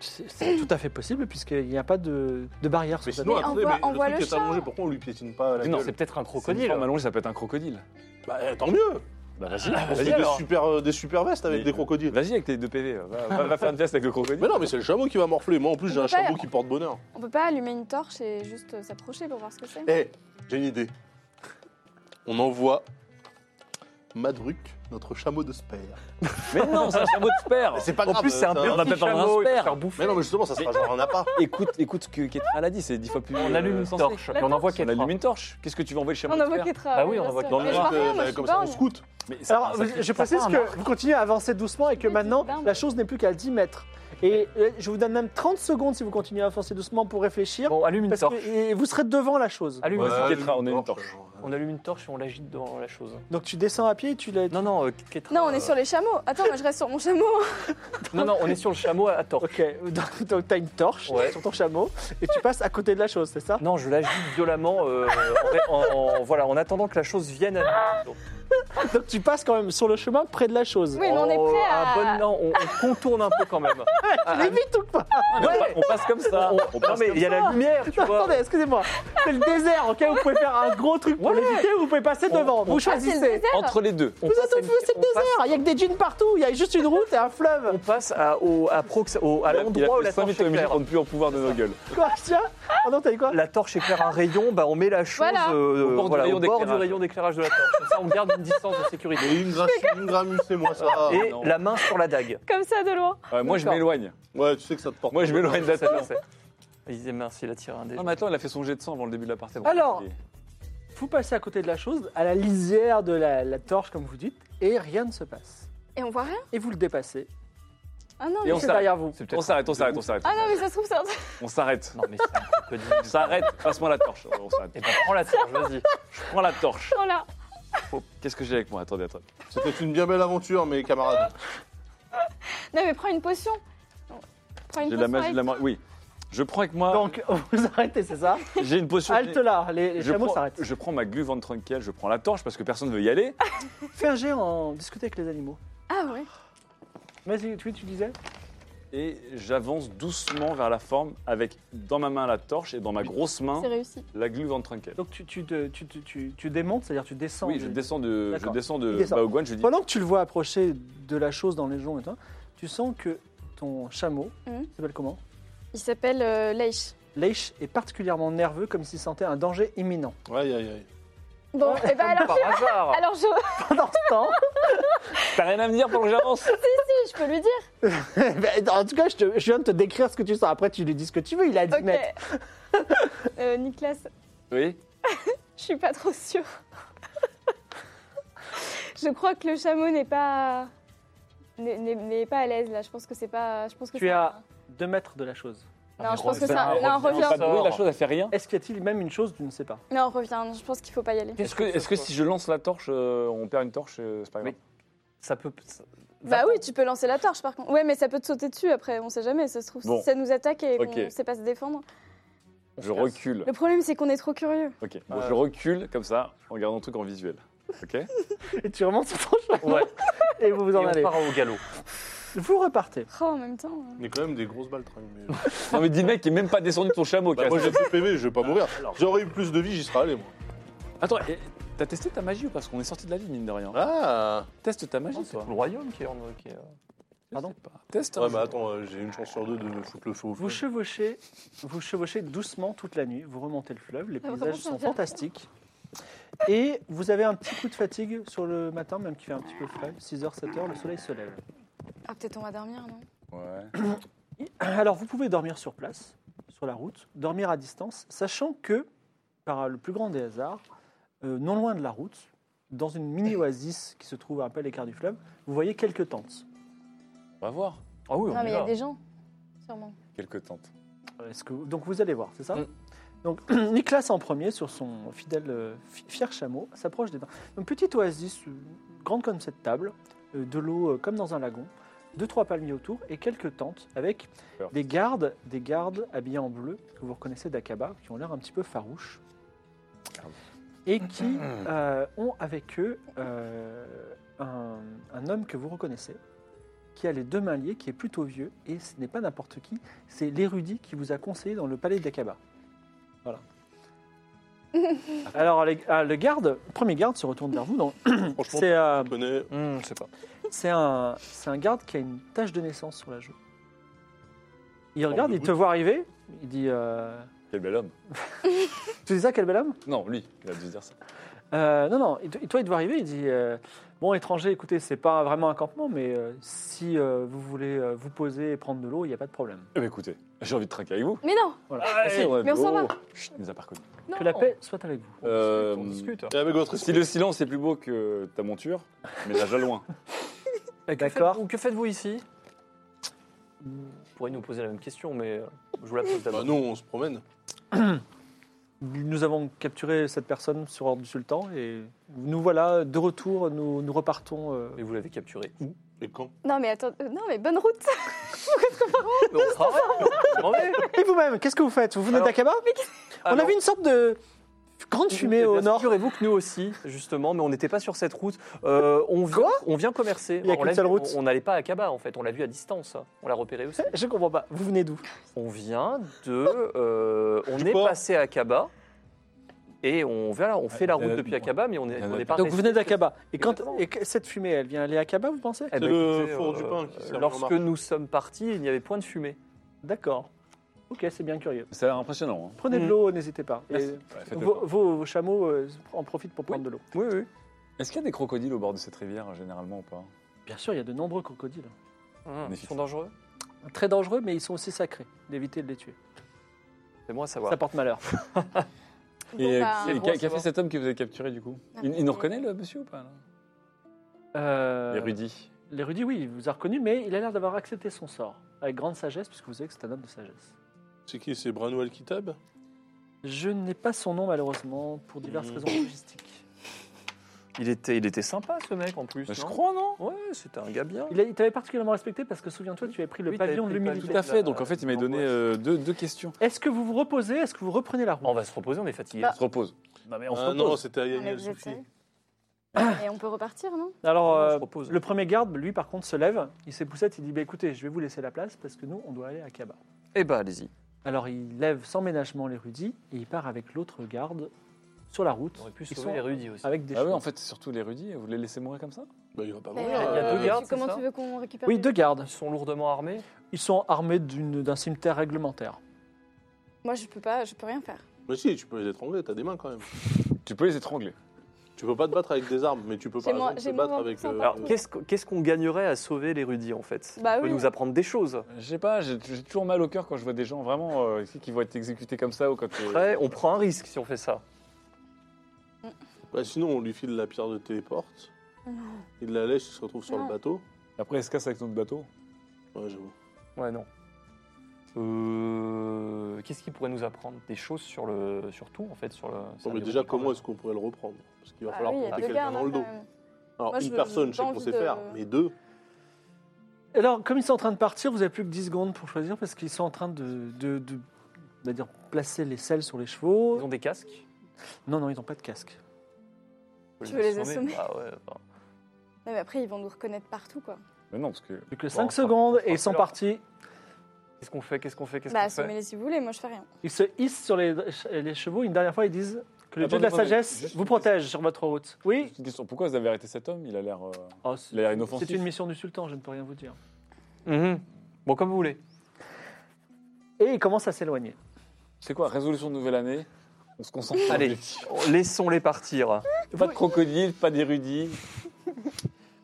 A: C'est c'est tout à fait possible, puisqu'il n'y a pas de, de barrière
C: Mais
A: sur
C: sinon,
F: Mais
C: attendez,
F: envoie-
C: mais le
F: envoie
C: truc
F: le
C: est
F: chat.
C: allongé, pourquoi on lui piétine pas la
E: Non,
C: gueule
E: Bah, c'est peut-être un
D: C'est une
E: crocodile.
D: forme allongée, ça peut être un crocodile.
C: Bah, tant mieux Ah,
D: Bah, vas-y,
C: On fait
D: vas-y
C: des
D: alors.
C: super, euh, des super vestes avec
D: Mais-
C: des crocodiles.
D: Vas-y avec tes deux PV, va, va- va faire une fiesta avec le crocodile.
C: Mais non, mais c'est le chameau qui va morfler. Moi, en plus,
F: On
C: j'ai un
F: peut pas-
C: chameau qui porte bonheur.
F: On peut pas allumer une torche et juste euh, s'approcher pour voir ce que c'est.
C: Eh, j'ai une idée. On envoie Madruc notre chameau de Spare.
D: Mais non, c'est un chameau de père.
C: C'est pas
D: En
C: grave,
D: plus, c'est un
C: ça
D: peu
C: va.
D: on appelle pas un
E: il peut se
D: père.
E: faire bouffer.
C: Mais non, mais justement, ça sera genre un appât.
D: Écoute, écoute ce que Ketra a dit, c'est dix fois plus.
E: On
D: euh,
E: allume une
D: sensé.
E: torche, et on envoie
D: On
E: Ketra.
D: allume une torche. Qu'est-ce que tu vas envoyer le chameau
F: On
D: de
F: envoie
D: fer
F: Ketra.
E: Bah oui,
F: bien
E: on envoie
F: sûr.
D: Ketra.
F: Mais je vois rien, moi,
C: Euh,
F: je suis
C: Comme ça, on
F: borgne.
C: scoute.
D: Mais ça-
A: Alors,
D: ça-
A: je- je
E: ça
A: précise
E: part,
A: que vous continuez à avancer doucement et que
F: Oui,
A: maintenant,
F: c'est dingue.
A: la chose n'est plus qu'à 10 mètres. Et euh, je vous donne même 30 secondes si vous continuez à avancer doucement pour réfléchir.
E: Bon, allume une
A: parce
E: torche.
A: que et vous serez devant la chose.
E: Allume
D: Ouais.
E: une
D: Vas-y,
E: torche.
D: Ketra, on a une torche.
E: On allume une torche et on l'agite dans la chose.
A: Donc tu descends à pied et tu la.
E: Non, non, euh, Ketra.
F: Non, on est sur les chameaux. Attends, moi je reste sur mon chameau.
E: Non, non, on est sur le chameau à, à torche.
A: (laughs) Ok, donc, donc t'as une torche
E: Ouais.
A: sur ton chameau et tu passes à côté de la chose, c'est ça
E: Non, je l'agite violemment euh, en, en- voilà, en attendant que la chose vienne à nous.
A: Donc tu passes quand même sur le chemin près de la chose.
F: Oui, mais on est prêt
E: Oh,
F: à-
E: un bon- non, on, on contourne un peu quand
D: (laughs)
E: même.
A: Elle est vite ou pas
D: Ah, mais on pa- on passe comme ça.
E: On- non,
D: On passe
E: mais
D: comme
E: il y a la lumière, tu
A: Non,
E: vois. euh.
A: attendez, excusez-moi. C'est le désert, ok Vous pouvez faire un gros truc pour
E: Ouais.
A: l'éviter ou vous pouvez passer
E: On-
A: devant.
E: on-
A: Vous
E: Ah,
F: Ah, c'est le
A: choisissez.
F: désert.
D: Entre les deux.
E: On
A: Vous
E: passe
A: êtes au
E: à une-
A: feu, c'est le
E: on passe-
A: désert. Il y a que des dunes partout. Il y a juste une route et un fleuve.
E: On passe à, au- à, prox- au- à
D: Il a- il a
E: l'endroit où
D: fait
E: la
D: cinq
E: torche
D: minutes comme il dit
E: éclaire.
D: qu'on ne peut plus en pouvoir de nos gueules.
A: Quoi tiens Ah non, t'as dit quoi
E: La torche éclaire un rayon, bah on met la chose
F: Voilà.
E: euh,
D: Au bord du
E: voilà,
D: rayon
E: au bord du
D: d'éclairage.
E: rayon d'éclairage de la torche. Comme ça, on garde une distance de sécurité.
C: Mais
D: (laughs)
C: une gra- une grammus, c'est moi ça.
E: Et
D: Ah, non.
E: la main sur la dague.
F: Comme ça, de loin.
D: Ouais, Moi, je
E: D'accord.
D: m'éloigne.
C: Ouais, tu sais que ça te porte.
D: Moi, je m'éloigne de la
E: Ça,
D: torche.
E: je sais. Il disait mince, il a tiré un dé.
D: Non, mais attends, elle a fait son jet de sang avant le début de la partie.
A: Alors, Vous passez à côté de la chose, à la lisière de la, la torche, comme vous dites, et rien ne se passe.
F: Et on voit rien.
A: Et vous le dépassez.
F: Ah non,
D: Et
F: mais...
D: on
A: c'est
D: s'arrête.
A: derrière vous.
D: C'est peut-être on s'arrête, on s'arrête, on s'arrête.
F: Ah non, mais ça se trouve, c'est un truc.
D: On s'arrête.
E: Non, mais c'est un peu
D: On
E: difficile.
D: s'arrête. Passe-moi la torche. On s'arrête.
E: Eh ben, prends la torche, vas-y.
D: Je prends la torche.
F: là.
D: Oh, Qu'est-ce que j'ai avec moi Attendez, attendez.
C: C'était une bien belle aventure, mes camarades.
F: Non, mais prends une potion. Prends une potion.
D: J'ai de la magie
F: avec-
D: de la main. Oui. Je prends avec moi.
A: Donc, vous arrêtez, c'est ça
D: (laughs) J'ai une potion.
A: Halte là, les, les
D: je
A: chameaux
D: prends,
A: s'arrêtent.
D: je prends ma glu Van Trunkel, je prends la torche parce que personne ne veut y aller.
A: Fais un jet en discuter avec les animaux.
F: Ah oui.
A: Vas-y, tu, tu disais
D: Et j'avance doucement vers la forme avec dans ma main la torche et dans ma grosse main
F: C'est réussi.
D: la glu Van Trunkel.
A: Donc, tu, tu, te- tu, tu, tu- tu démontes, c'est-à-dire tu descends.
D: Oui, je
A: du-
D: descends de, je
A: D'accord.
D: descends
A: Il
D: de
A: descend.
D: Baoguan, je dis
A: Pendant que tu le vois approcher de la chose dans les joncs, et tout, tu sens que ton chameau,
F: Mhm.
A: il s'appelle comment
F: Il s'appelle euh, Leish.
A: Leish est particulièrement nerveux, comme s'il sentait un danger imminent. (laughs)
C: Aïe, aïe, aïe.
F: Bon, et ben alors,
E: Par hasard.
F: alors je... (laughs)
A: Pendant ce temps,
D: T'as rien à me dire pour que j'avance
F: je peux lui dire.
A: (laughs) Ben, en tout cas, je, te- je viens de te décrire ce que tu sens. Après, tu lui dis ce que tu veux. Il a 10 mètres.
F: Ok. (laughs) Euh, Nicolas,
D: (laughs) Oui.
F: je suis pas trop sûre. (laughs) je crois que le chameau n'est pas n'est- n'est n'est pas à l'aise là. Je pense que c'est pas. Je pense que
A: Tu
F: c'est
A: es à
F: un-
A: 2 mètres de la chose.
F: Non, je pense que c'est un.
E: reviens,
F: Non,
E: reviens.
F: reviens.
D: Pas de bruit, la chose, elle fait rien.
A: Est-ce qu'il y a-t-il même une chose Tu ne sais pas.
F: Non, reviens. Je pense qu'il faut pas y aller.
D: Est-ce que, est-ce que si je lance la torche, euh, on perd une torche euh, C'est pas grave.
E: Ça peut. ça-
F: Bah oui, tu peux lancer la torche par contre. Ouais, mais ça peut te sauter dessus après. On sait jamais. Ça se trouve,
D: Bon.
F: si ça nous attaque et
D: Ok.
F: qu'on sait pas se défendre.
D: Je recule.
F: Le problème, c'est qu'on est trop curieux.
D: Ok. Bon,
E: Euh.
D: Je recule comme ça en gardant le truc en visuel. (laughs) Ok.
A: Et tu remontes sur ton chemin
E: Ouais.
A: (laughs) et vous vous
E: Et
A: en
E: on
A: allez.
E: part au galop.
A: Vous repartez.
F: Oh, en même temps. euh.
C: Mais quand même des grosses balles, tringues, mais-
D: non mais dis le mec qui est même pas descendu de son chameau.
C: (laughs) Bah,
D: casse.
C: moi j'ai fait PV, je vais pas mourir. J'aurais eu plus de vie, j'y serais allé moi.
D: Attends, et- t'as testé ta magie ou parce qu'on est sorti de la ville mine de rien
C: Ah
D: Teste ta magie,
E: C'est
D: toi.
E: tout le royaume qui est en. Qui est, euh,
A: Pardon
D: Teste. hein. un
C: Ouais
D: jeu.
C: mais attends, euh, j'ai une chance sur deux de foutre le feu au
A: Vous
C: feu.
A: chevauchez, vous chevauchez doucement toute la nuit. Vous remontez le fleuve. Les
F: Ah, vraiment,
A: paysages
F: ça
A: sont
F: vient.
A: fantastiques. Et vous avez un petit coup de fatigue sur le matin, même qui fait un petit peu frais. 6h, 7h, le soleil se lève.
F: Ah, peut-être on va dormir, non
D: Ouais.
A: (clears throat) Alors, vous pouvez dormir sur place, sur la route, dormir à distance, sachant que, par le plus grand des hasards, euh, non loin de la route, dans une mini-oasis qui se trouve à un peu à l'écart du fleuve, vous voyez quelques tentes.
D: On va voir. Ah oui,
F: Non,
D: on
F: mais
D: y
F: il y a
D: va.
F: des gens, sûrement.
D: Quelques tentes.
A: Euh, est-ce que vous- donc, vous allez voir, c'est ça
E: Mm.
A: Donc, (clears throat) Nicolas en premier, sur son fidèle, euh, fi- fier chameau, s'approche des tentes. Une petite oasis, euh, grande comme cette table, euh, de l'eau euh, comme dans un lagon, deux, trois palmiers autour et quelques tentes avec
D: Peur.
A: des gardes, des gardes habillés en bleu que vous reconnaissez d'Akaba, qui ont l'air un petit peu farouches. et qui euh, ont avec eux euh, un, un homme que vous reconnaissez, qui a les deux mains liées, qui est plutôt vieux, et ce n'est pas n'importe qui, c'est l'érudit qui vous a conseillé dans le palais d'Akaba. Voilà. Alors, les- ah, le garde, le premier garde se retourne vers vous. non,
C: Franchement,
A: C'est euh,
C: tu connais.
E: Hum, je sais pas.
A: c'est un, c'est un garde qui a une tache de naissance sur la joue. Il regarde,
C: de
A: il te
C: goutte.
A: voit arriver, il dit... euh,
D: Quel bel homme.
A: tu dis ça, quel bel homme
D: Non, lui, il a dû se dire ça.
A: Euh, non, non, et t- et toi, il doit arriver, il dit euh, Bon, étranger, écoutez, c'est pas vraiment un campement, mais euh, si euh, vous voulez euh, vous poser et prendre de l'eau, il n'y a pas de problème.
D: Eh ben, écoutez, j'ai envie de trinquer avec vous.
F: Mais non
A: Voilà.
D: Merci. Oh.
F: mais on s'en va.
D: Chut, il nous a pas connus.
A: Que
F: Oh.
A: la paix soit avec vous.
D: Euh,
G: On discute.
C: Et avec votre
D: Si
C: esprit.
D: le silence est plus beau que ta monture, mais déjà loin.
A: D'accord.
E: Ou que faites-vous ici Vous pourriez nous poser la même question, mais euh, je vous la pose
C: Bah
E: d'abord.
C: non, on se promène.
A: Nous avons capturé cette personne sur ordre du sultan et nous voilà de retour, nous, nous repartons. euh,
E: Mais vous l'avez capturé. où
C: Et quand
F: Non, mais attends, euh, non, mais bonne route
E: Mais on travaille, on travaille.
A: Et vous-même, qu'est-ce que vous faites Vous venez
E: Alors-
A: d'Akaba On
E: Alors,
A: avait une sorte de grande
E: Eh
A: fumée
E: bien,
A: au nord.
E: Figurez-vous que nous aussi, justement, mais on n'était pas sur cette route. Euh, on, vient, on vient commercer.
A: Il y a
E: On
A: qu'une
E: l'a
A: seule
E: vu-
A: route.
E: On n'allait pas à Kaba, en fait. On l'a vu à distance. hein. On l'a repéré aussi.
A: Je comprends pas. Vous venez d'où
E: On vient de. euh, on est
C: port.
E: passé à Kaba. Et on, voilà, on fait la route
D: euh,
E: depuis Akaba, mais on n'est
D: euh,
E: on n'est pas
A: Donc vous venez d'Akaba. Et quand
E: Exactement.
A: et que- cette fumée, elle vient aller à Akaba, vous pensez
E: C'est
C: le four du pain qui s'est
E: ben, euh, Lorsque
C: remarqué.
E: nous sommes partis, il n'y avait point de fumée.
A: D'accord. Ok, c'est bien curieux.
D: (laughs) C'est impressionnant. hein.
A: Prenez de
E: Mm.
A: l'eau, n'hésitez pas. Et
D: Merci. Ouais, faites-le
A: vos,
D: pas.
A: vos- vos chameaux euh, en profitent pour prendre de l'eau.
E: Oui, oui.
D: Est-ce qu'il y a des crocodiles au bord de cette rivière, généralement, ou pas
A: Bien sûr, il y a de nombreux crocodiles.
E: Ils
D: Magnifique.
E: sont dangereux
A: Très dangereux, mais ils sont aussi sacrés. D'éviter de les tuer.
E: C'est moi à savoir.
A: Ça porte malheur.
F: Bon,
D: Et, euh,
F: bah, Ah,
D: qui-
E: bon,
D: qu'a
E: ça
D: qu'a fait
E: va.
D: cet homme que vous avez capturé, du coup il, il nous reconnaît, le monsieur, ou pas là
A: Euh,
D: L'érudit.
A: L'érudit, oui, il vous a reconnu, mais il a l'air d'avoir accepté son sort. Avec grande sagesse, puisque vous savez que c'est un homme de sagesse.
C: C'est qui C'est Brano Al-Kitab
A: Je n'ai pas son nom, malheureusement, pour diverses
C: Mm.
A: raisons logistiques.
E: Il était, il était sympa, ce mec, en plus.
D: Bah, je
E: non
D: crois, non
E: Ouais, c'était un gars bien.
A: Il, a- il t'avait particulièrement respecté parce que souviens-toi, tu avais pris le
E: Oui, t'avais
A: pavillon de
E: pris le
A: l'humilité.
D: Tout à fait. Donc, en fait, il m'a
E: L'angoisse.
D: donné euh, deux, deux questions.
A: Est-ce que vous vous reposez Est-ce que vous reprenez la route
E: On va se reposer, on est fatigué.
F: Bah,
D: On se repose.
E: non, mais
C: Ah non, c'était
F: On est
C: Ayani
F: obligé de
C: Al-Soufi.
F: ça. Et on peut repartir, non
A: Alors,
E: on se
A: euh,
E: repose.
A: le premier garde, lui, par contre, se lève, il s'époussette, il dit bah, écoutez, je vais vous laisser la place parce que nous, on doit aller à Kaba.
E: Eh bah, allez-y.
A: Alors, il lève sans ménagement l'érudit et il part avec l'autre garde sur la route.
E: On aurait pu
A: Ils
E: sauver
A: sont
E: l'érudit aussi.
A: Avec des
D: Ah oui,
A: chevaux.
D: en fait, c'est surtout l'érudit. Vous les laissez mourir comme ça
C: Bah, il va pas
F: Mais,
C: mourir.
E: il y a
F: euh,
E: deux
F: tu-
E: gardes, c'est
F: Comment
E: ça
F: tu veux qu'on récupère
A: Oui,
F: les-
A: deux gardes.
E: Ils sont lourdement armés.
A: Ils sont armés d'une- d'un cimetière réglementaire.
F: Moi, je peux pas, je peux rien faire.
C: Mais si, tu peux les étrangler, t'as des mains quand même.
D: Tu peux les étrangler.
C: Tu peux pas te battre avec des armes, mais tu peux
F: J'ai
C: par
F: moins-
C: exemple
F: j'ai
C: te battre
F: moins
C: avec.
F: 20%
C: euh,
E: Alors, qu'est-ce qu'- qu'est-ce qu'on gagnerait à sauver l'érudit, en fait
F: Bah
E: Il peut
F: oui.
E: nous apprendre des choses.
D: Je sais pas, j'ai j'ai toujours mal au cœur quand je vois des gens vraiment euh, qui qui vont être exécutés comme ça ou quand. euh,
E: Après, on prend un risque si on fait ça.
C: bah, sinon, on lui file la pierre de téléporte.
F: Ah.
C: Il la lèche, il se retrouve sur
F: Non.
C: le bateau.
D: Après, ils se cassent avec notre bateau.
C: Ouais, j'avoue.
E: Ouais, non. Euh, Qu'est-ce qu'il pourrait nous apprendre Des choses sur le, sur tout en fait, sur le. ça
C: Non, mais
E: déroule
C: déjà,
E: quand
C: comment
E: même.
C: est-ce qu'on pourrait le reprendre Parce qu'il va
F: Ah
C: falloir
F: oui, il y a
C: porter
F: deux
C: quelqu'un
F: gardes,
C: dans le
F: hein,
C: dos.
F: quand même.
C: Alors,
F: Moi, je-
C: une
F: j'ai
C: personne,
F: pas
C: je sais qu'on
F: envie
C: sait
F: de-
C: faire, mais deux.
A: Alors, comme ils sont en train de partir, vous avez plus que 10 secondes pour choisir parce qu'ils sont en train de, de, de- on va dire, placer les selles sur les chevaux.
E: Ils ont des casques.
A: Non, non, ils n'ont pas de casque.
E: On peut
F: Tu veux les assommer
E: Ah ouais. enfin,
F: Non, mais après, ils vont nous reconnaître partout, quoi.
D: Mais non, parce que.
A: Plus que
E: Bon,
A: 5
E: on fera- on
A: secondes
E: fera
A: et ils sont
E: plus leur-
A: partis.
E: Qu'est-ce qu'on fait Qu'est-ce qu'on fait Qu'est-ce
F: Bah,
E: qu'on fait
F: assommez-les si vous voulez, moi, je fais rien.
A: Ils se hissent sur les, les chevaux. Une dernière fois, ils disent que le
D: Attends,
A: dieu de la
D: attends, mais
A: sagesse
D: juste-
A: vous protège sur votre route. Oui
D: Juste une question. Pourquoi vous avez arrêté cet homme Il a l'air. euh,
A: Oh,
D: Il a l'air
A: C'est
D: inoffensif.
A: une mission du sultan, je ne peux rien vous dire.
E: Mhm. Bon, comme vous voulez.
A: Et ils commencent à s'éloigner.
D: C'est quoi Résolution de nouvelle année On se concentre. sur
E: Allez,
D: l'objectif.
E: laissons-les partir.
D: Pas de crocodile, pas d'érudit.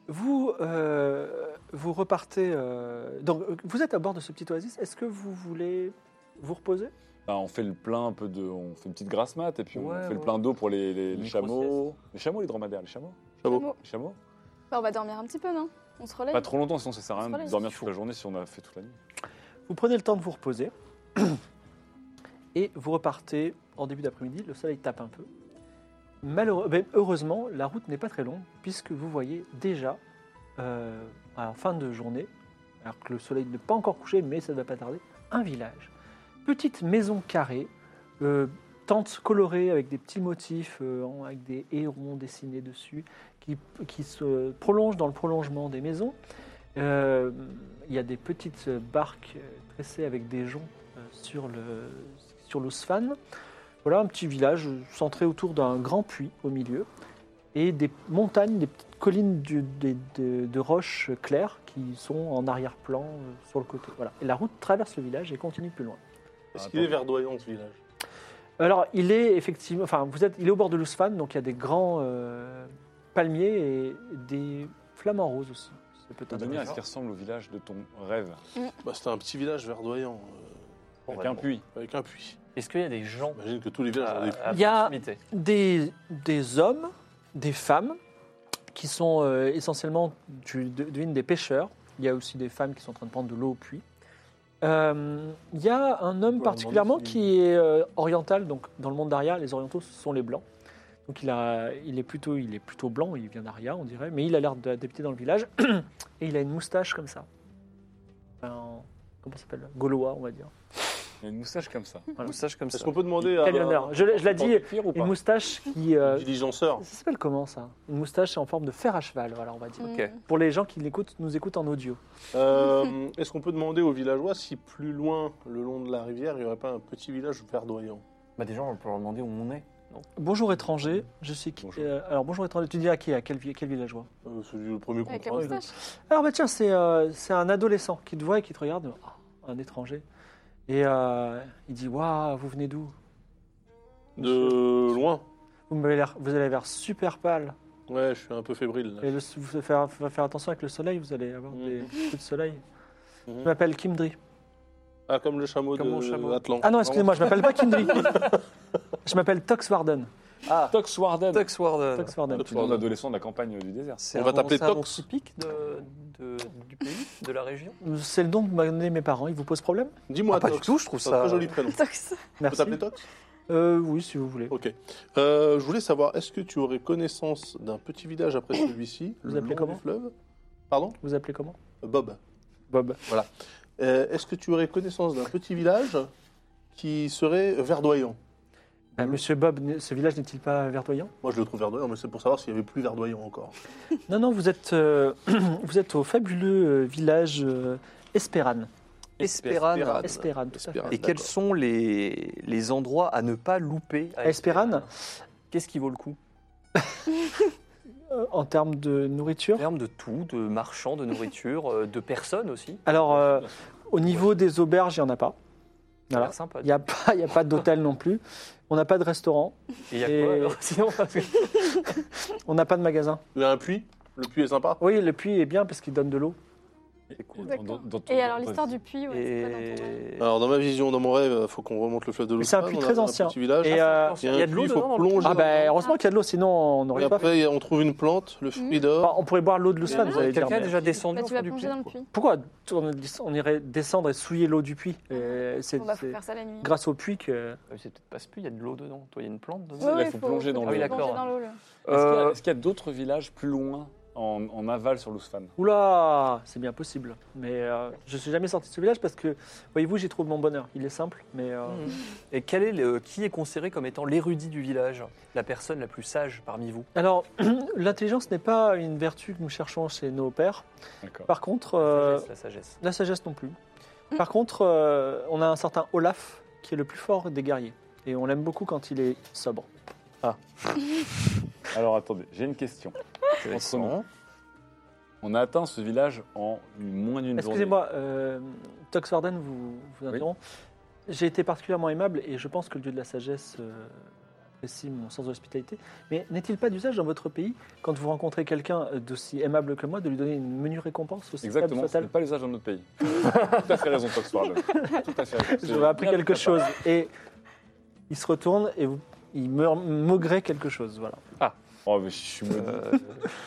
A: Vous, euh, vous repartez. euh, donc, euh, vous êtes à bord de ce petit oasis. Est-ce que vous voulez vous reposer
D: Ah, on fait le plein un peu de. On fait une petite grasse mat et puis on
E: Ouais,
D: fait
E: ouais.
D: le plein d'eau pour les, les- les
E: Micro-sieste.
D: chameaux. Les chameaux, les dromadaires, les chameaux
C: Chameau.
F: Chameau.
D: Les chameaux
F: Bah, on va dormir un petit peu, non On se relève
D: Pas trop longtemps, sinon ça sert à
F: Voilà,
D: rien de
F: il
D: dormir
F: faut.
D: toute la journée si on a fait toute la nuit.
A: Vous prenez le temps de vous reposer (clears throat) et vous repartez en début d'après-midi. Le soleil tape un peu. Malheureux, ben, heureusement, la route n'est pas très longue puisque vous voyez déjà euh, à la fin de journée, alors que le soleil n'est pas encore couché, mais ça ne va pas tarder, un village. Petite maison carrée, euh, tente colorée avec des petits motifs, euh, en- avec des hérons dessinés dessus, qui, qui se prolongent dans le prolongement des maisons. Euh, Il y a des petites barques euh, tressées avec des joncs euh, sur le sur l'Osfan. Voilà un petit village euh, centré autour d'un grand puits au milieu et des montagnes, des petites collines du- des- de, de roches claires qui sont en arrière-plan euh, sur le côté. Voilà. Et la route traverse le village et continue plus loin.
C: Ah, Est-ce qu'il est verdoyant, ce village
A: Alors, il est effectivement. Enfin, vous êtes, il est au bord de l'Ousfane, donc il y a des grands euh, palmiers et des flamants roses aussi. C'est peut-être
D: Devenir, est-ce qu'il ressemble au village de ton rêve
E: Oh,
C: Bah, c'était un petit village verdoyant, euh,
D: Avec un puits.
C: avec un puits.
E: Est-ce qu'il y a des gens
C: J'imagine que tous les villages ont des
E: à, à
A: Il y a-
E: proximité
A: des, des hommes, des femmes, qui sont euh, essentiellement, tu de- devines, des pêcheurs. Il y a aussi des femmes qui sont en train de prendre de l'eau au puits. Euh, il y a un homme
D: demander
A: particulièrement
D: s'il-
A: qui est euh, oriental, donc dans le monde d'Aria, les orientaux ce sont les blancs. Donc il, a, il, est plutôt, il est plutôt blanc, il vient d'Aria, on dirait, mais il a l'air d'habiter dans le village (clears throat) et il a une moustache comme ça. Un- comment ça s'appelle Gaulois, on va dire.
D: Il a une moustache comme ça.
A: Voilà.
E: Moustache comme ça.
C: Est-ce qu'on peut demander à
A: Quel honneur. Je, l'ai- je l'ai
D: Porte
A: dit,
D: de cuir ou
A: une
D: pas
A: moustache qui, euh, (laughs)
C: diligenceur
A: ça s'appelle comment ça Une moustache en forme de fer à cheval, voilà, on va dire.
F: Hmm. (laughs)
E: Ok.
F: Mm.
A: Pour les gens qui l'écoutent, nous écoutent en audio.
C: Euh, Est-ce qu'on peut demander aux villageois si plus loin, le long de la rivière, il n'y aurait pas un petit village verdoyant
E: Bah déjà, on peut leur demander où on est.
A: Bonjour étranger, je suis qui
D: Bonjour.
A: euh, Alors bonjour étranger, tu dis à qui À quel, vi- quel villageois
C: Euh, Celui le premier qu'on
F: Avec la
C: croise.
F: moustache.
A: Alors bah tiens, c'est euh, c'est un adolescent qui te voit et qui te regarde, Ah, un étranger. Et euh, il dit Waouh, vous venez d'où
C: De loin
A: vous, m'avez l'air- vous avez l'air super pâle.
C: Ouais, je suis un peu fébrile. là.
A: Et le, vous devez faire, faut faire attention avec le soleil, vous allez avoir
C: Mhm.
A: des coups de soleil.
C: Mhm.
A: Je m'appelle Kimdri.
C: Ah, comme le chameau
E: Comme mon
C: de
E: chameau.
C: Atlan.
A: Ah non, excusez-moi, je m'appelle pas Kimdri. (laughs) je m'appelle Tox Warden.
E: Ah,
D: Tox Warden.
E: Tox Warden.
A: Tox Warden.
C: Tox
D: Plutôt un adolescent de la campagne du désert.
E: C'est
C: On
E: un
C: va
E: nom-
C: t'appeler
E: c'est un nom
C: Tox.
E: typique de, de- du pays, de la région
A: C'est le don que m'ont donné mes parents. Il vous pose problème
C: Dis-moi,
E: Ah, Pas du
C: Tox.
E: tout, je trouve
C: C'est un
E: ça.
C: très joli
A: (laughs)
C: prénom.
F: Tox.
C: On peut
A: Merci.
C: t'appeler Tox
A: Euh, oui, si vous voulez.
C: Ok. Euh, je voulais savoir, est-ce que tu aurais connaissance d'un petit village après celui-ci,
A: Vous
C: le
A: appelez
C: long
A: comment
C: du fleuve Pardon
A: Vous appelez comment
C: Bob.
A: Bob.
C: Euh, est-ce que tu aurais connaissance d'un petit village qui serait verdoyant
A: Ah, Monsieur Bob, n- ce village n'est-il pas verdoyant
C: Moi, je le trouve verdoyant, mais c'est pour savoir s'il y avait plus verdoyant encore.
A: Non, non, vous êtes, euh, (clears throat) vous êtes au fabuleux euh, village euh, Esperan.
E: Esperan.
A: Esperan, tout à fait.
C: Esperan.
E: Et quels sont les, les endroits à ne pas louper à
A: Esperan,
E: Qu'est-ce qui vaut le coup
A: euh, en termes de
E: En
A: nourriture.
E: termes de tout, de marchands, de nourriture, euh, de personnes aussi.
A: Alors, euh, au niveau des auberges, il n'y en a pas.
E: Ça a
A: Voilà.
E: l'air sympa.
A: Il n'y a pas, il y a pas d'hôtel non plus. On n'a pas de restaurant.
E: Et il y a quoi
A: Et- (laughs)
E: alors Sinon, parce que-
A: On n'a pas de magasin.
C: Il y a un puits Le puits est sympa
A: Oui, le puits est bien parce qu'il donne de l'eau.
F: D'accord. Et alors l'histoire du puits, ouais, c'est quoi dans ton rêve
E: Et-
C: Alors, dans ma vision, dans mon rêve, il faut qu'on remonte le fleuve de l'eau.
A: Mais c'est un puits très ancien.
C: Un petit
E: Ah,
C: village.
A: Et, euh,
C: il y a, un puits, il faut
E: dedans, dans le
C: plonger.
A: ah ben, heureusement qu'il y a de l'eau, sinon on
C: Et
A: n'aurait pas. fait.
C: après, on trouve une plante, le fruit
A: Enfin,
C: d'or.
A: on pourrait boire l'eau de l'Ousfane,
E: Ah.
C: Mais
A: vous allez dire.
E: Quelqu'un est
A: mais-
E: déjà descendu
F: Bah,
E: au
F: tu
E: fond
F: vas
E: du
F: plonger
E: puits
F: dans le puits.
A: Pourquoi on, on irait descendre et souiller l'eau du puits Et C'est
F: On va
A: c'est
F: faire ça la nuit.
A: grâce au puits que.
E: Euh, C'est peut-être pas ce puits, il y a de l'eau dedans. Toi, il y a une plante
F: Ouais,
E: dedans.
D: là,
F: ouais,
D: faut plonger dans
F: faut
E: l'eau. Ah oui,
F: plonger
E: d'accord.
F: dans l'eau, là.
D: Est-ce qu'il y a-
E: Euh,
D: est-ce qu'il y a, d'autres villages plus loin, en, en aval sur l'Ousfane
A: Oula, c'est bien possible. Mais euh, je suis jamais sorti de ce village parce que, voyez-vous, j'y trouve mon bonheur. Il est simple, mais euh,
E: Mhm. Et quel est le- qui est considéré comme étant l'érudit du village La personne la plus sage parmi vous
A: alors (clears throat) l'intelligence n'est pas une vertu que nous cherchons chez nos pères.
D: D'accord.
A: Par contre,
E: La
A: euh,
E: sagesse, la sagesse.
A: la sagesse non plus.
F: Hmm.
A: Par contre, euh, on a un certain Olaf qui est le plus fort des guerriers et on l'aime beaucoup quand il est sobre.
D: Alors attendez, j'ai une question. Entre nous, on a atteint ce village en moins d'une journée.
A: Excusez-moi, euh, Tox Warden, vous, vous
D: Oui.
A: interrompt. J'ai été particulièrement aimable et je pense que le dieu de la sagesse euh, apprécie mon sens de l'hospitalité. Mais n'est-il pas d'usage dans votre pays, quand vous rencontrez quelqu'un euh, d'aussi aimable que moi, de lui donner une menue récompense aussi faible
D: Exactement, ce n'est
A: soit-elle
D: pas l'usage dans notre pays. (laughs) Tout à fait raison, Tox Warden. Tout à fait raison.
A: Je
D: C'est
A: vous ai appris
D: bien
A: quelque
D: tout à
A: chose. Et il se retourne et vous- il me maugrait quelque chose. Voilà.
D: fait. Oh, mais je suis maudit.
E: Euh,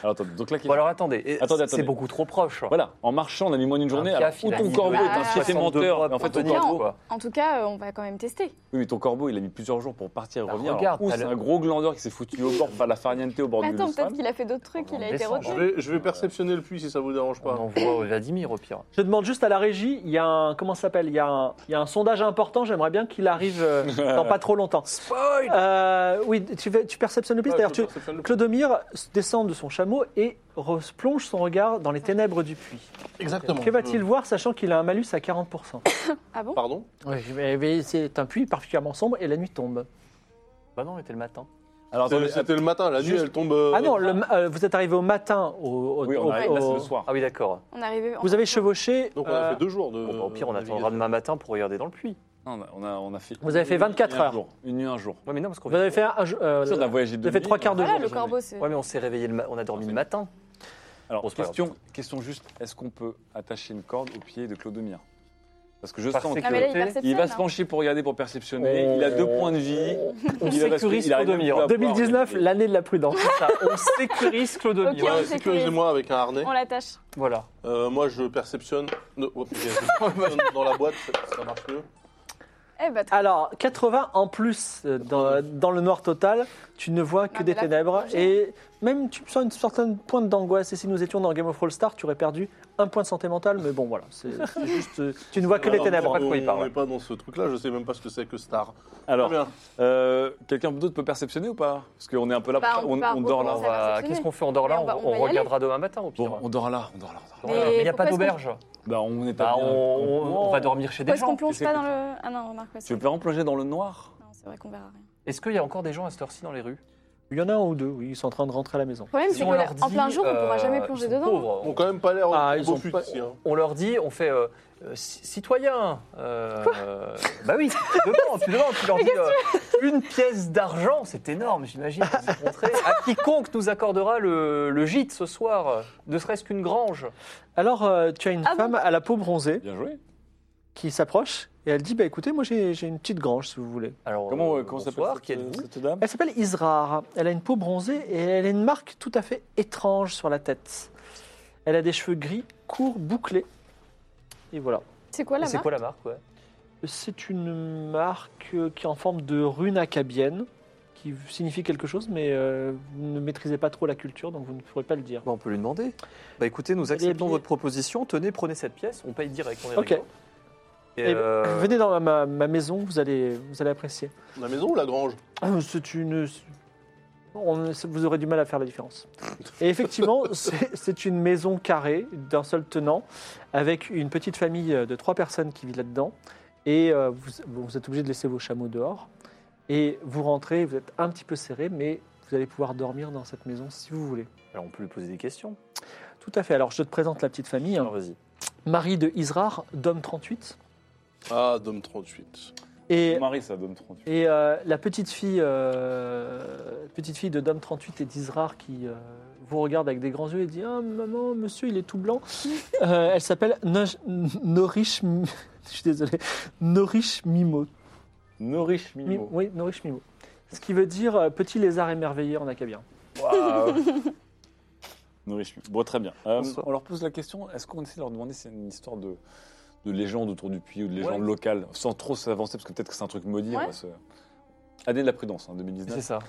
D: Alors, attendez, donc là,
E: bon, alors attendez, et
D: Attendez,
E: c'est
D: attendez.
E: beaucoup trop proche.
D: Voilà, en marchant, on a mis moins d'une journée.
E: Un
D: Alors,
E: piaf,
D: ou
E: il a
D: ton
E: mis
D: corbeau est un
F: Ah,
D: fief
E: 62
D: menteur,
E: bras
D: mais en fait,
E: pour
D: ton
F: tenir.
D: corbeau.
E: quoi.
F: En tout cas, euh, on va quand même tester.
D: Oui, mais ton corbeau, il a mis plusieurs jours pour partir et
E: Bah,
D: revenir.
E: regarde,
D: Alors, ou
E: t'as
D: c'est
E: le-
D: un gros glandeur qui s'est foutu au bord, par la farniente au bord du
F: Attends, peut-être
D: Lusfan.
F: qu'il a fait d'autres trucs,
E: On
F: il
E: va en
F: a été
E: descendre.
C: Je
F: retenu.
C: vais, je vais perceptionner le puits si ça vous dérange
E: On
C: pas.
E: envoie Vladimir au pire.
A: Je demande juste à la régie, il y a un, comment ça s'appelle il, y a un- il y a un sondage important, j'aimerais bien qu'il
D: (laughs)
A: arrive euh, dans pas trop longtemps.
E: (laughs) Spoil
A: Euh, oui, tu, fais- tu perceptionnes le
D: Ah,
A: piste.
C: Ouais,
A: D'ailleurs,
C: je
A: tu-
C: perceptionne le puits.
A: Clodomir descend de son chameau et re- plonge son regard dans les ténèbres du puits.
C: Exactement.
A: Que va-t-il voir, sachant qu'il a un malus à 40%
F: Ah bon
C: Pardon
A: Oui, mais- mais c'est un puits particulièrement sombre et la nuit tombe.
E: Bah non, on était le matin.
D: Alors,
C: C'était
D: attendez,
C: c'était le matin, la nuit,
D: Ah, Juste-
C: elle tombe. euh,
A: Ah non, le ma- euh, vous êtes arrivé au matin. Au, au-
D: oui, on
A: au-
D: arrive là, c'est
A: au-
D: le soir.
E: Ah oui, d'accord.
F: On est arrivé. en-
A: Vous avez chevauché.
C: Donc on a
A: euh,
C: fait deux jours de.
E: Bon, bah, au pire, on
C: de
F: Euh,
E: attendra
C: navigation.
E: demain matin pour regarder dans le puits.
D: Ah, Non, on a- on a, on a fait.
A: Vous avez fait
D: une-
A: 24
D: un
A: heures.
D: jour. une nuit, un jour.
E: Ouais, mais non, parce qu'on
A: Vous avez fait un. euh,
D: Ça, on a voyagé
A: vous avez fait trois quarts de
F: Voilà,
A: jour.
F: le corbeau, c'est.
E: Ouais, mais on s'est réveillé, le ma- on a dormi le matin.
D: Alors,
E: Bon, c'est pas
D: question, question juste est-ce qu'on peut attacher une corde au pied de Clodomir Parce que je
E: Par
D: sens
E: sécurité.
F: Ah, mais là, il
E: Il
F: perceptionne,
D: qu'il va
F: hein.
D: se pencher pour regarder, pour perceptionner.
E: On-
D: Il a deux points de vie.
E: On
D: Il a- parce
E: sécurise
D: qu'il arrive
E: Clodomir.
D: plus à boire.
A: 2019,
D: Et-
A: l'année de la prudence.
E: Ça, on sécurise Clodomir.
F: Ok, on
C: Ouais,
F: sécurise.
C: Sécurisez-moi avec un harnais.
F: On l'attache.
E: Voilà.
C: Euh, moi, je perceptionne. Non, oh, putain, je perceptionne dans la boîte, ça- ça marche mieux.
F: Eh bah, très
A: Alors, 80 en plus euh, dans, dans le noir total, tu ne vois que
F: Non,
A: des
F: Ah, mais là,
A: ténèbres.
F: faut
A: Et même tu sens une certaine pointe d'angoisse. Et si nous étions dans Game of All Star, tu aurais perdu un point de santé mentale. Mais bon, voilà, c'est
F: (laughs)
A: c'est juste. euh, Tu ne vois que les
C: Alors,
A: ténèbres.
C: on-
E: de quoi il parle.
C: On n'est pas dans ce truc-là, je sais même pas ce que c'est que Star.
D: Alors,
C: Très bien.
D: euh, quelqu'un d'autre peut perceptionner ou pas Parce qu'on est un peu là,
F: Bah,
D: pour-
F: on
D: on,
F: part
D: on dort là.
F: reposer. Ça va
E: Bah,
F: fonctionner.
E: Qu'est-ce qu'on fait en dort là
F: Mais on va-
E: On,
F: on va y
E: regardera demain matin au pire.
D: Bon, on dort là, on dort là, on
F: Mais-
D: dort là.
E: Voilà. Mais il n'y a
F: pourquoi
E: pas
F: est-ce qu'on-
E: d'auberge.
D: Bah, on est
E: Bah,
D: pas
E: on,
D: bien.
E: on- on va dormir chez
F: Pourquoi
E: des
F: est-ce qu'on
E: gens.
F: plonge
D: c'est
F: pas
D: que-
F: dans le. Ah non, remarque, ouais,
D: Tu
F: c'est
D: veux pas en plonger dans le noir
F: Non, c'est vrai qu'on verra rien.
E: Est-ce qu'il y a encore des gens à cette heure-ci dans les rues
A: Il y en a un ou deux, oui, ils sont en train de rentrer à la maison.
F: Le problème,
E: Si
F: c'est
E: on leur
F: qu'en
E: dit,
F: plein jour, on pourra
E: euh,
F: jamais
E: ils
F: plonger
E: sont
F: dedans. hein.
E: pauvres,
C: Ils ont quand même pas l'air
A: Ah,
C: ah,
A: ils
C: beaux
A: ont
C: futs
A: pas-
C: ici. hein.
E: on leur dit, on fait euh, euh, ci- citoyen. euh, bah oui, tu demandes, tu demandes, tu leur dis euh, une pièce d'argent, c'est énorme, j'imagine. que vous rencontrez. À quiconque nous accordera le, le gîte ce soir, euh, ne serait-ce qu'une grange.
A: Alors, euh, tu as une
F: Ah bon
A: femme à la peau bronzée
D: Bien joué.
A: qui s'approche et elle dit Bah écoutez, moi j'ai j'ai une petite grange si vous voulez.
E: Alors,
D: Comment,
E: euh,
D: comment
E: bonsoir,
D: s'appelle
E: qui
D: cette, euh,
E: êtes-vous
D: cette dame
A: Elle s'appelle Israr. Elle a une peau bronzée et elle a une marque tout à fait étrange sur la tête. Elle a des cheveux gris, courts, bouclés. Et voilà.
F: C'est quoi la
E: C'est
F: marque
E: quoi la marque ouais
A: C'est une marque euh, qui est en forme de rune acabienne, qui signifie quelque chose, mais euh, vous ne maîtrisez pas trop la culture, donc vous ne pourrez pas le dire.
E: Bah, on peut lui demander. Bah écoutez, nous
A: est
E: acceptons
A: habillée.
E: votre proposition. Tenez, prenez cette pièce. On paye direct. On est
A: Ok.
E: rigolo. Et,
A: Eh ben,
E: euh,
A: Venez dans ma, ma- ma maison, vous allez, vous allez apprécier.
C: La maison ou la grange
A: Ah, C'est une. c'est- on- c'est- vous aurez du mal à faire la différence. Et effectivement, c'est c'est une maison carrée d'un seul tenant, avec une petite famille de trois personnes qui vit là-dedans. Et euh, vous, bon, vous êtes obligé de laisser vos chameaux dehors. Et vous rentrez, vous êtes un petit peu serré, mais vous allez pouvoir dormir dans cette maison si vous voulez.
E: Alors on peut lui poser des questions.
A: Tout à fait. Alors je te présente la petite famille. hein.
E: Alors vas-y.
A: Marie de Israr, Dom 38.
C: Ah, Dom 38.
A: Et,
D: Marie, ça donne 38.
A: et euh, la petite fille, euh, petite fille de Dom 38 et d'Israr qui euh, vous regarde avec des grands yeux et dit Ah, maman, monsieur, il est tout
E: (laughs)
A: blanc. Euh, elle s'appelle Noj- Norish. M- (laughs) Je suis désolé. Norish Mimo.
D: Norish
A: Mi-
D: Mimo.
A: Oui, Norish Mimo. Ce qui veut dire euh, petit lézard émerveillé en acabien.
D: Ah,
E: (laughs)
D: Nourriche. Bon, très bien. Euh,
E: Bonsoir.
D: on leur pose la question est-ce qu'on essaie de leur demander si c'est une histoire de, de légende autour du puits ou de légende
E: Ouais.
D: locale Sans trop s'avancer, parce que peut-être que c'est un truc maudit. on
F: Ouais.
D: va se- Année de la prudence, hein,
E: C'est
D: 2019.
E: ça.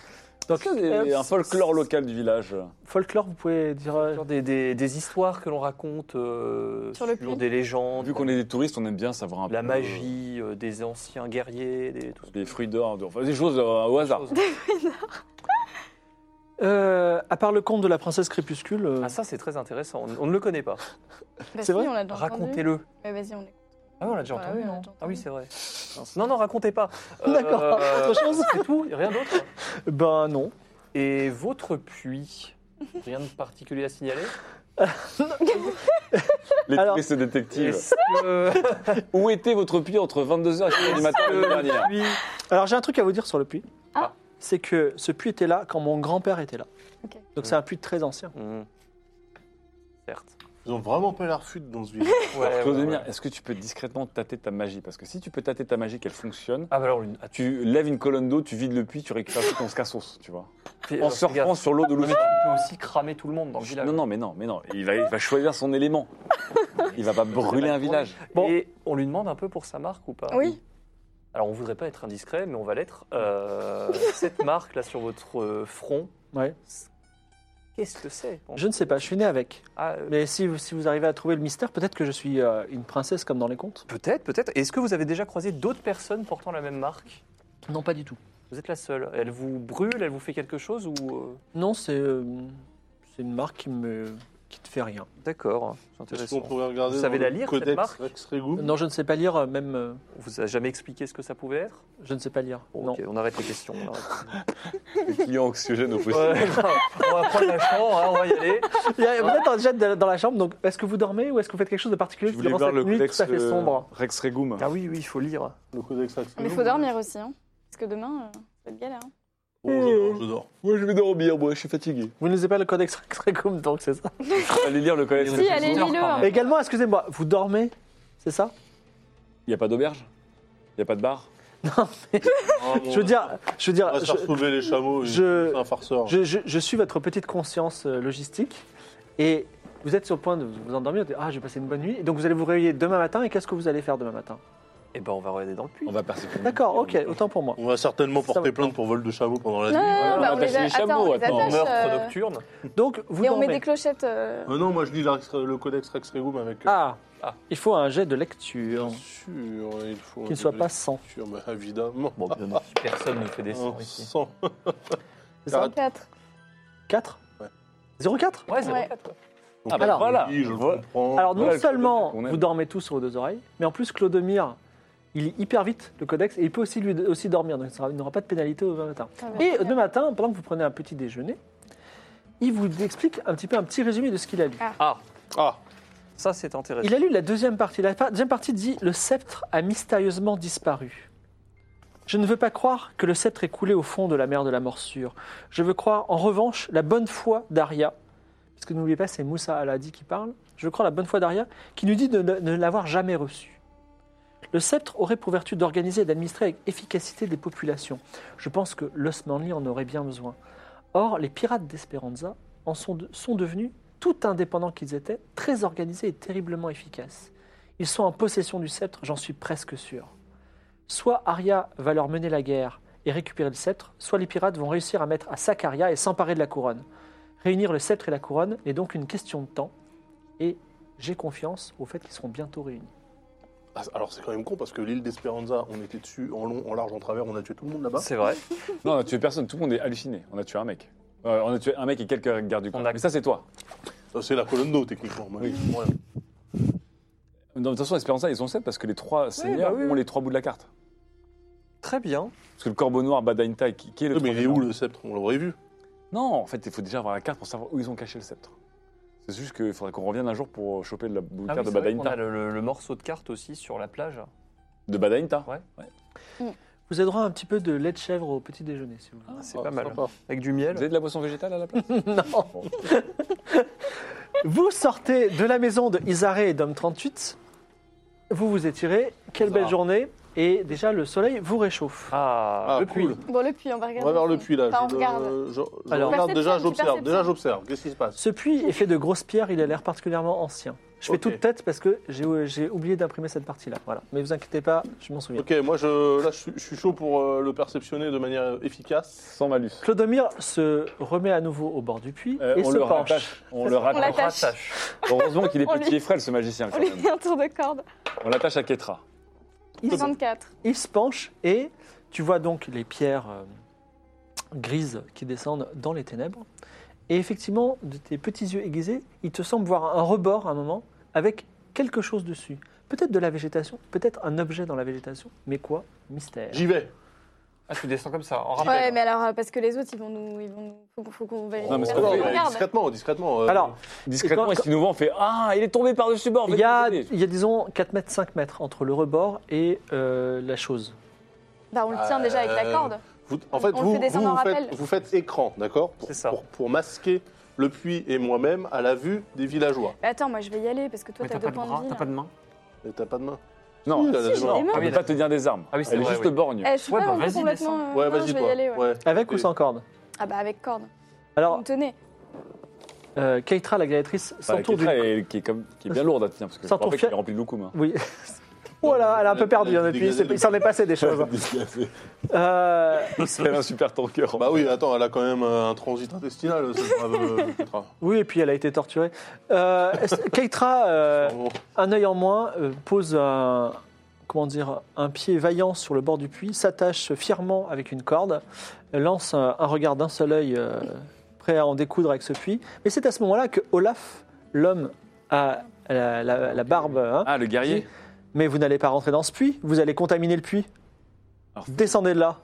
A: Donc,
D: Et
A: euh,
D: un folklore local du village.
A: folklore, vous pouvez dire. euh,
E: Genre des, des- des histoires que l'on raconte euh, sur,
F: Sur le puits.
E: des légendes,
D: Vu qu'on est des touristes, on aime bien savoir un peu. euh,
E: la magie, euh, des anciens guerriers, des, tout ça.
D: Des fruits d'or, de- enfin, des choses euh, au hasard.
A: euh, à part le conte de la princesse crépuscule. euh,
E: Ah ça c'est très intéressant. On, on ne le connaît pas.
F: Bah,
A: C'est
F: si,
A: vrai
F: on l'a déjà entendu.
E: Racontez-le.
F: Ouais, vas-y, on l'écoute.
E: Ah oui, on l'a déjà
F: Ah
E: entendu.
F: oui, on l'a
E: non
F: déjà
E: ah oui
F: entendu.
E: c'est vrai. Non non racontez (laughs) pas.
A: D'accord,
E: Euh,
A: autre chose
E: (laughs) C'est tout, rien d'autre.
A: Ben non.
E: Et votre puits, rien de particulier à signaler.
D: Les
A: Alors-
D: touristes et détectives.
E: Est-ce
D: (laughs)
E: que-
D: Où était votre puits entre 22h et 4h du matin l'année dernière
E: Puis-
A: Alors j'ai un truc à vous dire sur le puits.
F: Ah.
A: C'est que ce puits était là quand mon grand-père était là.
F: Ok.
A: Donc c'est un puits très ancien.
E: Hmm. Certes.
C: Ils ont vraiment pas l'air fut dans ce village.
D: Alors, Clodomir,
E: ouais.
D: est-ce que tu peux discrètement tâter ta magie Parce que si tu peux tâter ta magie, qu'elle fonctionne,
E: Ah bah alors une.
D: tu lèves une colonne d'eau, tu vides le puits, tu récupères tout ton cassos, tu vois. En
E: Alors,
D: surfant
E: regarde,
D: sur l'eau de
E: mais tu
D: l'océan.
E: peux aussi cramer tout le monde dans le village.
D: Non, non, mais non, mais non. Il va, il va choisir son élément. Il va pas brûler un village.
A: Bon.
E: Et on lui demande un peu pour sa marque ou pas
F: Oui.
E: Alors on voudrait pas être indiscret, mais on va l'être. (laughs) Euh, cette marque là sur votre euh, front,
A: Ouais.
E: qu'est-ce que c'est
A: Je ne sais pas, je suis né avec.
E: Ah, euh,
A: Mais si vous, si vous arrivez à trouver le mystère, peut-être que je suis euh, une princesse comme dans les contes.
E: Peut-être, peut-être. Est-ce que vous avez déjà croisé d'autres personnes portant la même marque
A: Non, pas du tout.
E: Vous êtes la seule. Elle vous brûle, elle vous fait quelque chose ou euh,
A: Non, c'est euh, c'est une marque qui me qui te fait rien.
E: D'accord, hein. c'est
C: Est-ce qu'on
E: intéressant.
C: pourrait regarder
E: Vous savez
C: dans
E: la
C: le
E: lire, cette
C: codex
E: marque
C: Rex Regum
A: Non, je ne sais pas lire, euh, même. euh,
E: On vous a jamais expliqué ce que ça pouvait être
A: Je ne sais pas lire.
E: Bon,
A: non.
E: ok, on arrête les questions. on arrête.
C: (laughs)
D: Les clients anxiogènes au possible.
E: Ouais, (laughs) on va prendre la chambre, hein, on va y aller.
A: Il y a- Vous êtes dans- déjà dans la chambre, donc est-ce que vous dormez ou est-ce que vous faites quelque chose de particulier
D: Je voulais
A: durant
D: voir
A: cette
D: le
A: nuit
D: codex
A: tout à fait
D: euh,
A: sombre
D: Rex Regum.
E: Ah oui, oui, il faut lire.
C: Le codex Rex
F: Mais il faut dormir aussi, hein. Parce que demain, euh, ça va être galère. hein.
A: Oh,
C: Bon, je dors, je dors.
D: Moi, je vais dormir, moi, je suis fatigué.
A: Vous ne lisez pas le codex (laughs) Rex Regum, donc c'est ça.
D: Allez lire le codex.
E: Si,
D: Rex
F: Si,
E: fait
F: allez,
E: une heure
F: lis-le.
E: quand
F: hein.
E: même.
A: Également, excusez-moi, vous dormez, c'est ça
D: Il n'y a pas d'auberge Il n'y a pas de bar
A: Je veux
D: bah,
A: dire, je veux
C: Ah, On va
A: dire,
C: se faire
A: je,
C: sauver les chameaux. il-
A: je-
C: C'est un farceur.
A: je- je- je suis votre petite conscience euh, logistique et vous êtes sur le point de vous endormir. vous dites, Ah, j'ai passé une bonne nuit. Et donc vous allez vous réveiller demain matin et qu'est-ce que vous allez faire demain matin
E: Eh ben, on va regarder dans le puits.
D: On va persécuter.
A: D'accord, ok, autant pour moi.
C: On va certainement
A: Ça
C: porter
A: va.
C: plainte pour vol de chameaux pendant la
F: Non,
C: nuit.
F: non, non,
D: Voilà,
F: bah, on les
D: attacher
F: a-
D: les
F: attends, on
D: chameaux,
F: les
D: attends.
F: attache.
E: Meurtre
F: euh,
E: nocturne.
A: Donc vous
F: Et on
A: dormez.
F: met des clochettes. euh,
C: Euh, non, moi je lis la- le codex Rex Regum avec. euh,
A: Ah,
E: Ah.
A: il faut un jet de
C: Bien
A: lecture
C: sûr, hein, il faut.
A: qui ne soit pas sans.
C: Sûr, bah, évidemment.
E: Bon, bien sûr, personne ne fait des
D: Oh.
E: sons
C: Un
E: ici.
C: sang. (laughs)
A: C'est ça
F: 04.
A: 4
C: Ouais.
A: 04
E: Ouais, c'est
F: Ouais.
E: bon. toi.
C: Donc,
D: Ah bah
A: Alors-
D: voilà.
C: Oui, je le
D: Voilà.
C: comprends.
A: Alors non
D: Voilà le
A: seulement
D: codex qu'on aime.
A: vous dormez tous sur vos deux oreilles, mais en plus Clodomir, il lit hyper vite le codex et il peut aussi lui aussi dormir, donc il sera- il n'aura pas de pénalité au matin.
F: Ça va.
A: Et euh, demain matin, pendant que vous prenez un petit déjeuner, il vous explique un petit peu un petit résumé de ce qu'il a lu.
E: Ah,
C: Ah,
E: ça c'est intéressant.
A: Il a lu la deuxième partie. La pa- deuxième partie dit Le sceptre a mystérieusement disparu. Je ne veux pas croire que le sceptre est coulé au fond de la mer de la morsure. Je veux croire, en revanche, la bonne foi d'Aria. Parce que n'oubliez pas, c'est Moussa Aladi qui parle. Je veux croire la bonne foi d'Aria, qui nous dit de ne ne l'avoir jamais reçu. Le sceptre aurait pour vertu d'organiser et d'administrer avec efficacité des populations. Je pense que Los Manly en aurait bien besoin. Or, les pirates d'Esperanza en sont, de- sont devenus, tout indépendants qu'ils étaient, très organisés et terriblement efficaces. Ils sont en possession du sceptre, j'en suis presque sûr. Soit Arya va leur mener la guerre et récupérer le sceptre, soit les pirates vont réussir à mettre à sac Arya et s'emparer de la couronne. Réunir le sceptre et la couronne est donc une question de temps, et j'ai confiance au fait qu'ils seront bientôt réunis.
C: Ah, alors c'est quand même con parce que l'île d'Esperanza, on était dessus en long, en large, en travers, on a tué tout le monde là-bas.
E: C'est vrai.
D: Non, on a tué personne, tout le monde est halluciné. On a tué un mec. Euh, on a tué un mec et quelques gardes du corps.
E: On a-
D: Mais ça, c'est toi.
C: Ça, C'est la colonne d'eau techniquement. mais- Ouais.
D: Non, de toute façon, Esperanza, ils sont sept parce que les trois seigneurs
E: bah oui,
D: ont
E: oui.
D: les trois bouts de la carte.
E: Très bien.
D: Parce que le corbeau noir, Badainta, qui, qui est le
C: Non, mais il est
D: troisième
C: où le sceptre On l'aurait vu.
D: Non, en fait, il faut déjà avoir la carte pour savoir où ils ont caché le sceptre. C'est juste qu'il faudrait qu'on revienne un jour pour choper la boule
E: Ah oui,
D: carte de
E: c'est vrai qu'on
D: Badainta.
E: a le, le- le morceau de carte aussi sur la plage.
D: De Badainta
E: Ouais.
A: Vous avez droit à un petit peu de lait de chèvre au petit déjeuner, si vous voulez.
E: Ah,
D: Oh,
E: c'est
C: Ah,
E: pas mal.
C: sympa.
E: Avec du
D: Vous
E: miel.
D: avez de la boisson végétale à la place
A: Non. vous sortez de la maison de Isaré et d'Homme 38. Vous vous étirez. Quelle belle
E: Ah.
A: journée. Et déjà, le soleil vous réchauffe.
E: Ah,
C: Ah,
E: le
C: cool.
E: puits.
F: Bon, le puits, on va regarder.
C: On va vers le puits là.
F: Enfin, on
C: Je-
F: regarde.
C: je- je
A: Alors-
C: regarde déjà,
F: Perception, tu
C: j'observe. Déjà,
F: perception.
C: j'observe. Qu'est-ce qui se passe
A: Ce puits est fait de grosses pierres. Il a l'air particulièrement ancien. Je fais
C: Ok.
A: toute tête parce que j'ai- euh, j'ai oublié d'imprimer cette partie-là. Voilà. Mais vous inquiétez pas, je m'en souviens.
C: Ok, moi je, là je, suis- je suis chaud pour euh, le perceptionner de manière euh, efficace.
D: Sans malus.
A: Clodomir se remet à nouveau au bord du puits
D: Euh,
A: et
D: on
A: se
D: le
A: penche.
D: rattache. On le
F: On
D: rattache.
F: l'attache.
D: Heureusement qu'il est
F: On lui-
D: petit et frêle, ce magicien.
F: On
D: Quand
F: lui
D: même.
F: met un tour de corde.
D: On l'attache à Ketra.
A: Il, se-
F: 24.
A: il se penche et tu vois donc les pierres euh, grises qui descendent dans les ténèbres. Et effectivement, de tes petits yeux aiguisés, il te semble voir un rebord à un moment avec quelque chose dessus. Peut-être de la végétation, peut-être un objet dans la végétation, mais quoi Mystère.
C: J'y vais.
E: Ah, tu descends comme ça, en
C: Ouais,
E: rappel.
F: Ouais, mais alors, euh, parce que les autres, ils vont nous. Ils vont nous... Faut, qu'on- faut qu'on vérifie.
D: Non, mais c'est
F: Parce
D: pas
F: que
D: vrai.
F: regarde.
C: discrètement, discrètement. euh,
A: Alors, Et
D: Discrètement,
A: quand-
D: est-ce qu'il nous voit On fait Ah, il est tombé par-dessus bord.
A: il y, a, il y a, disons 4 mètres, 5 mètres entre le rebord et euh, la chose.
F: Bah, on le tient déjà avec la
C: Euh,
F: corde.
C: vous- en fait,
F: on le
C: vous,
F: fait descendre
C: vous,
F: en
C: vous faites,
F: rappel.
C: vous faites écran, d'accord pour,
E: C'est ça.
C: pour- pour masquer le puits et moi-même à la vue des villageois.
F: Mais attends, moi, je vais y aller parce que toi,
E: Mais
F: t'as deux points de vie. là.
E: main.
C: Mais t'as pas de main.
D: Non, euh,
C: Si, elle a
F: Si,
C: des
F: j'ai des
C: mains.
F: mains.
D: on ne peut
E: oui,
D: pas te dire des armes.
E: Ah oui, c'est
D: Elle est
E: vrai,
D: juste
E: oui.
D: borgne.
F: Eh, je suis
E: Ouais,
F: pas
E: bah,
F: non plus
E: vas-y,
F: complètement. euh,
C: Ouais,
F: non,
C: vas-y
F: je vais
C: toi.
F: y aller, ouais.
C: Ouais.
A: Avec ou
C: Et-
A: sans corde
F: Ah, bah, avec corde. Vous
A: Alors,
F: me tenez.
A: euh, Keitra, la gladiatrice,
D: Enfin,
A: s'entoure du...
D: Ketra est- qui, est comme- qui est bien lourde à tenir parce que je
A: Sans
D: me
A: ton
D: rappelle
A: fiel-
D: qu'il est rempli de loukoum. hein.
A: Oui. (laughs) Voilà, elle a un peu perdu hein, depuis. c'est- Il s'en est passé des (laughs) choses. Euh,
D: C'est un super tanker.
C: Bah oui, attends, elle a quand même euh, un transit intestinal. cette brave, euh, Petra.
A: oui, et puis elle a été torturée. Euh, est-ce- Keitra, euh,
C: Vraiment.
A: un œil en moins, euh, pose un, comment dire, un pied vaillant sur le bord du puits, s'attache fièrement avec une corde, lance un, un regard d'un seul œil euh, prêt à en découdre avec ce puits. Mais c'est à ce moment-là que Olaf, l'homme à la, la- la barbe. hein.
D: Ah, le guerrier
A: Mais vous n'allez pas rentrer dans ce puits, vous allez contaminer le puits.
D: Alors,
A: Descendez de là.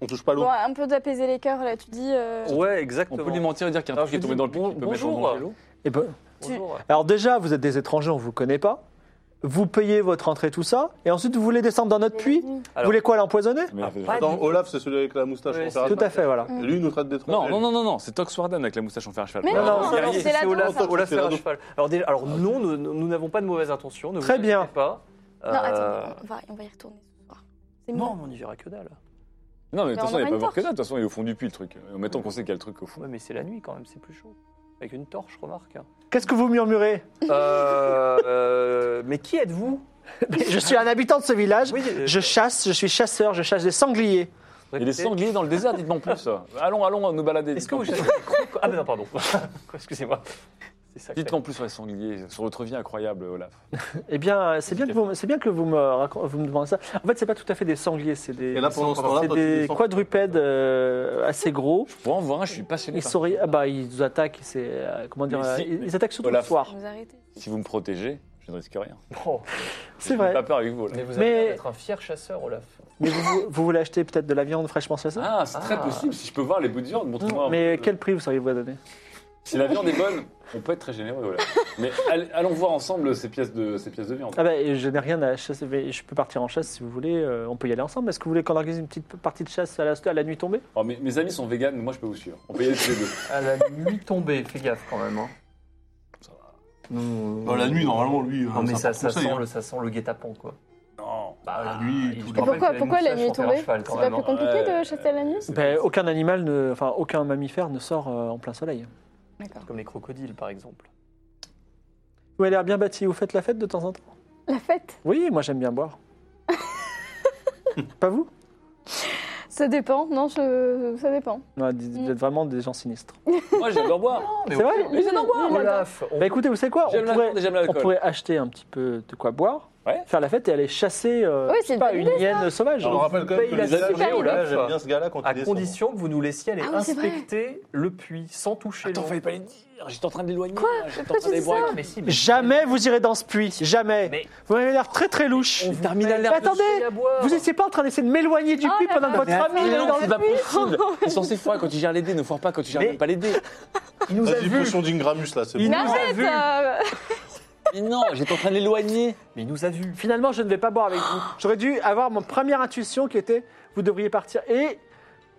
C: On touche pas l'eau.
F: Bon, un peu d'apaiser les cœurs, là, tu dis. euh,
E: Ouais,
D: On
E: exactement.
D: peut lui mentir et dire qu'il y a un
E: Alors,
D: truc qui est
E: je
D: tombé
E: dis
D: dans le puits. qui peut
E: bon-
D: mettre en
E: bonjour.
D: danger l'eau.
A: Eh ben,
E: Bonjour.
A: alors déjà, vous êtes des étrangers, on ne vous connaît pas. Vous payez votre entrée, tout ça. Et ensuite, vous voulez descendre dans notre puits Vous
E: Alors-
A: voulez quoi, l'empoisonner
D: Mais-
E: Ah,
D: mais-
E: pas
C: Attends, Olaf, c'est celui avec la moustache.
E: Ouais,
C: on
D: Ah,
C: s'arrête
A: Tout
D: bah,
C: pas.
A: à fait, voilà.
C: Lui, il nous traite d'étrangers.
D: Non, non, non, non, non, c'est Tox Warden avec la moustache en fer à cheval.
F: Mais
D: Pardon.
A: non,
D: Le
F: non,
D: guerrier.
F: c'est la
E: Olaf-
F: danse, après.
E: Olaf
C: C'est
E: Fer
C: la
E: à
C: danse.
E: cheval. Alors, déjà, alors nous, nous, nous n'avons pas de mauvaise intention. Ne vous
A: Très
E: inquiétez
A: bien.
E: Pas. Euh,
F: Non, attendez, on va, on va y retourner ce soir. C'est
E: Non,
F: mieux.
E: mais on n'y verra que dalle.
D: Non, mais de
F: Mais
D: toute
F: on
D: façon, il
F: aura
D: n'y a
F: une
D: pas voir
F: torche.
D: que ça. De toute façon, il est au fond du puits, le truc. En mettant qu'on sait qu'il y a le truc au fond.
E: Ouais, mais c'est la nuit quand même, c'est plus chaud. Avec une torche, remarque.
C: (laughs)
E: hein.
A: Qu'est-ce que vous
D: (laughs)
A: murmurez
E: Euh, euh, mais qui êtes-vous
A: Je suis un habitant de ce village.
E: Oui, euh,
A: Je chasse, je suis chasseur, je chasse des sangliers.
D: Il est sanglier dans le désert, dites-moi en plus. Allons, allons nous balader.
E: Est-ce que
D: dites-moi
E: vous
D: en plus.
E: chassez des crocos- Ah, mais non, pardon. (laughs) Excusez-moi. C'est
D: (laughs)
E: ça.
D: Dites-moi en plus sur les sangliers, sur votre vie incroyable, Olaf.
A: Eh bien, c'est bien que vous, c'est bien que vous me racon- vous me demandez ça. En fait, c'est pas tout à fait des sangliers, c'est des,
C: Et là, pendant ce temps-là,
A: c'est
C: toi, tu
A: des
C: descends.
A: quadrupèdes euh, assez gros.
D: Pour en voir un, je suis passionné.
A: Ils,
D: par
A: sont, ah bah, ils nous attaquent, c'est, euh, comment dire,
D: Mais si-
A: euh, ils, ils attaquent surtout
D: Olaf.
A: le soir.
F: Vous arrêtez.
D: ça. Si vous me protégez, je ne risque rien.
E: Oh,
A: C'est
D: Je n'ai
A: vrai.
D: pas peur avec vous, Olaf.
E: mais vous
A: Mais-
E: avez l'air d'être un fier chasseur, Olaf.
A: Mais vous, vous voulez acheter peut-être de la viande fraîchement chassée
D: Ah, c'est très possible. Si je peux voir les bouts de viande, montrez-moi. un
A: Mais
C: euh,
D: peu.
A: quel prix vous seriez-vous à donner
D: Si la viande est bonne, on peut être très généreux, Olaf. Mais allez- allons voir ensemble ces pièces de, ces pièces de viande.
A: Ah bah, je n'ai rien à chasser, mais je peux partir en chasse si vous voulez, euh, on peut y aller ensemble. Est-ce que vous voulez qu'on organise une petite partie de chasse à la, à la nuit tombée
D: Alors, Oh, mes, mes amis sont véganes, mais moi je peux vous suivre. On peut y aller tous les deux.
E: À Ah, la nuit tombée, fais gaffe quand même. Hein.
D: Ça
E: Non,
C: Dans Bah, la nuit, normalement, lui.
E: Non,
C: euh,
E: mais ça,
C: c'est un
E: ça,
C: conseil,
E: sent
C: hein.
E: le, ça sent le guet-apens, quoi.
D: Non.
E: Bah,
C: la nuit,
E: il-
C: tout
E: je me
C: le-
E: rappelle
F: Pourquoi-
E: que les
F: pourquoi la
E: moustaches
F: nuit
E: sont faire
F: tombée
E: un cheval, quand
F: C'est
E: même,
F: pas
E: hein.
F: plus compliqué de chasser à la nuit
D: C'est
A: Ben,
D: pas-
A: aucun animal, ne, enfin aucun mammifère ne sort euh, en plein soleil.
F: D'accord.
E: Comme les crocodiles, par exemple.
A: Vous avez l'air bien bâti, vous faites la fête de temps en temps
F: La fête,
A: Oui, moi j'aime bien
D: (laughs)
A: boire. Pas vous
F: ça dépend. Non, je... ça dépend.
A: Non, d- Vous êtes vraiment des gens sinistres.
D: Moi j'adore boire.
E: mais
A: C'est vrai
F: Mm. Mais c'est normal.
E: Olaf, on
A: Bah écoutez, vous savez quoi (laughs) on
D: J'aime la
A: pourrait,
D: viande et j'aime
A: on
D: l'alcool.
A: pourrait acheter un petit peu de quoi boire,
D: Ouais.
A: faire la fête et aller chasser euh,
F: Oui,
A: je sais
F: c'est une
A: pas,
F: bonne
A: une hyène sauvage.
C: Je me rappelle quand même
E: paye
C: que
E: la
C: les
E: super
C: allergies,
F: idée.
C: Olaf, j'aime bien ce gars-là quand
E: à
C: il est
E: condition que vous nous laissiez aller
F: Ah oui, c'est vrai.
E: inspecter le puits sans toucher
D: Attends,
E: l'eau. Ah,
D: fallait pas les dire. J'étais en train de l'éloigner. Quoi J'étais en train
F: tu dis
D: d'aller boire.
F: ça
D: avec-
E: Mais si, mais-
A: Jamais vous irez dans ce puits, jamais.
E: Mais-
A: Vous avez l'air très très louche.
D: On vous termine à
A: Mais
D: l'air de Ah,
A: attendez, vous n'étiez pas en train d'essayer de m'éloigner du
F: Oh
A: puits
F: là
A: pendant
F: là.
A: que votre
D: Mais
A: ami
D: attends,
A: est dans
D: c'est
A: le
D: pas
A: puits.
D: possible. Ils sont censés foirer quand tu gères les dés, ne foire pas quand tu gères
E: Mais-
D: même pas les dés.
E: Il nous a
C: Vas-y,
E: vu.
C: potion d'Ingramus, là, c'est
A: Il
C: bon.
F: Mais
A: nous a
F: arrête
A: vus.
F: euh,
D: Mais non, j'étais en train de l'éloigner.
E: Mais il nous a vu.
A: Finalement, je ne vais pas boire avec vous. J'aurais dû avoir mon première intuition qui était vous devriez partir. Et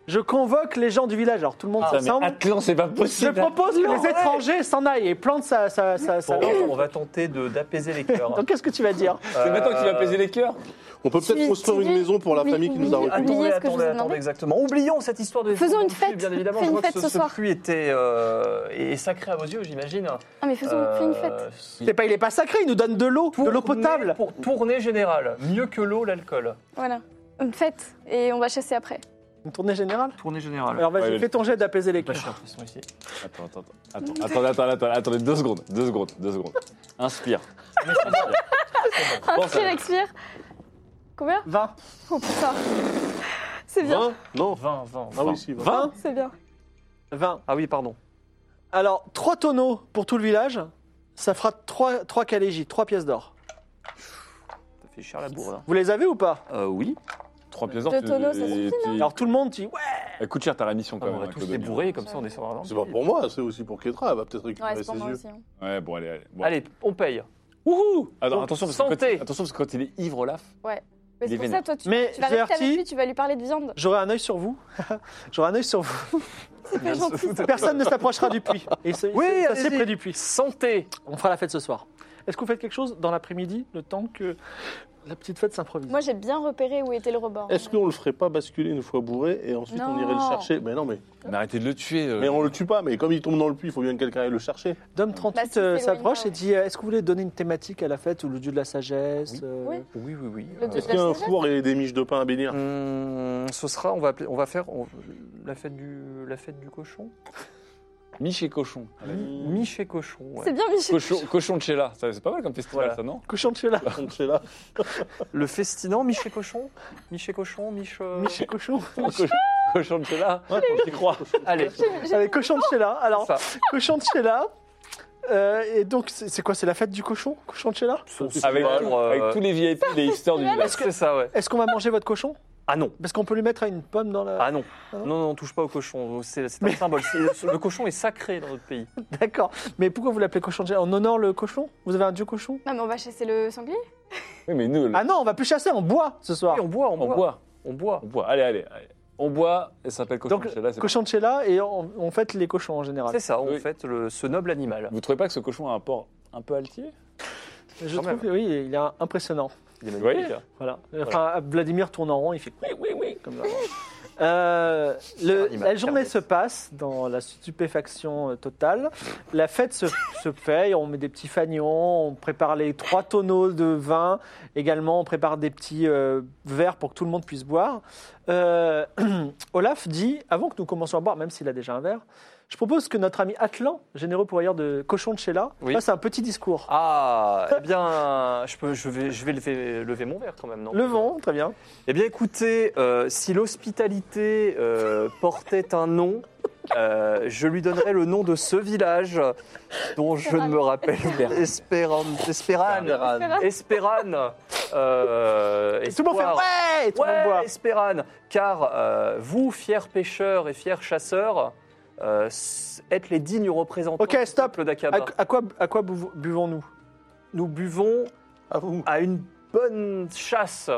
A: je convoque les gens du village. Alors tout le monde
E: Ah,
A: s'assemble.
D: Atlan, c'est pas
A: Je
D: possible.
A: propose que les
E: ouais.
A: étrangers s'en aillent et plantent sa. sa, sa, sa-
E: Bon, on va tenter de- d'apaiser les cœurs. Euh,
A: Donc qu'est-ce que tu vas dire
D: C'est maintenant qu'il va peser les cœurs.
C: On peut peut-être
F: Tu-
C: construire
F: tu
C: une
F: dis-
C: maison pour la
F: oui,
C: famille qui nous a
F: oui,
C: reçus.
F: Oubliez
E: Attendez,
F: ce que je vous ai
E: attendez, attendez,
F: demandé.
E: exactement. Oublions cette histoire de.
F: Faisons une
E: du puits,
F: fête.
E: Bien évidemment,
F: Fais
E: je
F: une
E: vois
F: fête
E: que
F: ce
E: ce, ce
F: soir.
E: puits était euh, est sacré à vos yeux, j'imagine.
F: Ah, mais faisons fais une fête.
E: Euh,
A: C'est pas, il est pas sacré, il nous donne de l'eau, de l'eau
E: tournée-
A: potable.
E: Pour tournée générale, mieux que l'eau, l'alcool.
F: Voilà. Une fête. Et on va chasser après.
A: Une tournée générale
E: Tournée générale.
A: Alors vas-y,
D: Ouais, Bah,
A: fais ton jet d'apaiser les
E: pas
A: cœurs.
E: cher, ils sont ici.
D: Attends, attends, attends, attends, attendez, attendez, attendez, attendez, deux secondes, deux secondes, deux secondes. Inspire. Inspire.
F: (laughs)
D: Pense à-
F: Inspire, expire. Combien
A: 20.
F: Oh putain. C'est ah, bien,
C: 20 Non
E: 20, 20.
C: Ah oui, si, 20.
D: 20
F: c'est bien.
A: 20.
E: Ah oui, pardon.
A: Alors, trois tonneaux pour tout le village, ça fera trois, trois calégies, trois pièces d'or.
E: Ça fait cher la bourre, là.
A: Vous les avez ou pas
E: Euh, oui.
D: 3 pièces d'or.
F: Deux
D: tu-
F: tonneaux, ça
D: et-
F: suffit,
D: tu-
A: Alors tout le monde dit ouais.
D: Écoute, cher, t'as la mission
E: Ah,
D: quand même.
E: on va
D: hein,
E: tous
D: Claude
E: les
D: Mignon.
E: bourrer, comme ça on descendra dans le
C: C'est pas
E: puits.
C: pour moi, c'est aussi pour Ketra, elle va peut-être récupérer
F: Ouais, c'est
C: ses
F: pour moi
C: yeux.
F: aussi. hein.
D: Ouais, bon, allez, allez. bon.
E: Allez, on paye.
D: Wouhou Attends,
E: Donc,
D: Ah attention, parce que
E: santé.
D: quand, attention, parce que quand il est ivre, Olaf.
F: Mais
D: Il est
F: c'est pour
D: vénère.
F: ça, toi, tu,
A: Mais
F: tu vas rester avec
A: Gertie-
F: lui, tu vas lui parler de viande.
A: J'aurai un œil sur vous. (laughs) J'aurai un œil sur vous.
F: C'est pas gentil. ça.
A: Personne ne s'approchera du puits. Et c'est
E: Oui,
A: assez
E: allez-y.
A: près du puits.
E: Santé
A: On fera la fête ce soir. Est-ce que vous faites quelque chose dans l'après-midi, le temps que la petite fête s'improvise
F: Moi, j'ai bien repéré où était le rebord.
C: Est-ce qu'on le ferait pas basculer une fois bourré et ensuite on
F: Non.
C: irait le chercher Mais non, mais,
D: Mais arrêtez de le tuer. euh.
C: mais on le tue pas, mais comme il tombe dans le puits, il faut bien que quelqu'un aille le chercher.
A: Dom
F: Bah, si
A: 38
F: c'est
A: euh,
F: loin,
A: s'approche
F: ouais.
A: et dit euh, Est-ce que vous voulez donner une thématique à la fête ou le dieu de la sagesse
E: Oui.
A: euh,
F: Oui.
E: Oui, oui, oui.
F: Le
E: Euh,
F: deuxième.
C: Est-ce qu'il y a un four et des miches de pain à bénir
E: hum, ce sera, on va, appeler- on va faire on- la, fête du, la fête du cochon.
D: Miche et cochon. Allez.
E: Mi chez cochon. ouais.
F: C'est bien, Michel.
D: Cochon, cochon de Sheila. Ça, C'est pas mal comme festival,
E: Voilà.
D: ça, non
A: Cochon de chez là.
C: On le sait là.
E: Le festinant, mi chez cochon. Mi chez cochon, euh, mi chez-
A: Michel (laughs) Cochon.
D: cochon, cochon de Sheila.
C: Ouais, (laughs)
D: J'y crois.
E: Allez,
A: Allez, cochon de chez là. Alors,
E: ça.
A: cochon de chez là. Euh, et donc, c'est c'est quoi C'est la fête du cochon Cochon de chez là
D: Avec,
E: pas, euh,
D: avec tous les VIP, les hipsters du village.
E: Ah, C'est ça, ouais.
A: Est-ce qu'on va manger votre cochon
E: Ah non.
A: Parce qu'on peut lui mettre une pomme dans la.
E: Ah non. Non, non, on touche pas au cochon. C'est c'est un symbole. C'est- Le cochon est sacré dans notre pays.
A: D'accord. Mais pourquoi vous l'appelez cochon de chez là En honore le cochon Vous avez un dieu cochon
F: Non, mais on va chasser le sanglier.
D: Oui, mais nous,
A: Ah non, on va plus chasser, on boit ce soir.
E: Oui, on boit, Ah. on,
D: on
E: boit.
D: boit.
E: On boit.
D: On boit. Allez, allez. allez. On boit et ça s'appelle cochon.
A: Donc,
D: de chez là, c'est
A: cochon de chez là et on, on fête les cochons en général.
E: C'est ça, on
D: Oui.
E: fête le- ce noble animal.
D: pas- Vous trouvez pas que ce cochon a un port un peu altier
A: Je
E: quand
A: trouve que oui, il est impressionnant.
E: Il est
D: Vous voyez
E: magnifique.
A: Voilà. Enfin, Vladimir tourne en rond, il fait oui, oui, oui, comme ça.
E: (laughs)
A: Euh, le-
E: animal
A: la journée
E: perverse.
A: se passe dans la stupéfaction euh, totale. La fête se, (laughs) se fait, on met des petits fanions, on prépare les trois tonneaux de vin. Également, on prépare des petits euh, verres pour que tout le monde puisse boire. Euh, (clears throat) Olaf dit, avant que nous commencions à boire, même s'il a déjà un verre, je propose que notre ami Atlan, généreux pourvoyeur de cochons de chez là,
E: Oui.
A: fasse un petit discours.
E: Ah, eh bien, je, peux, je vais, je vais lever, lever mon verre quand même, non
A: Le vent, très bien.
E: Eh bien, écoutez, euh, si l'hospitalité euh, portait un nom, euh, je lui donnerais le nom de ce village dont je ne me rappelle Espéran, Espéran,
F: Espérane.
E: Espéran. euh,
A: Et tout le monde fait
E: espoir.
A: ouais, et tout le monde boit.
E: Ouais, Espéran, car euh, vous, fiers pêcheurs et fiers chasseurs, euh, s- êtes les dignes représentants
A: Ok,
E: du
A: stop.
E: peuple d'Akaba.
A: Ah, À, à quoi, à quoi buv- buvons-nous
E: Nous buvons
C: Ah, vous.
E: à une bonne chasse,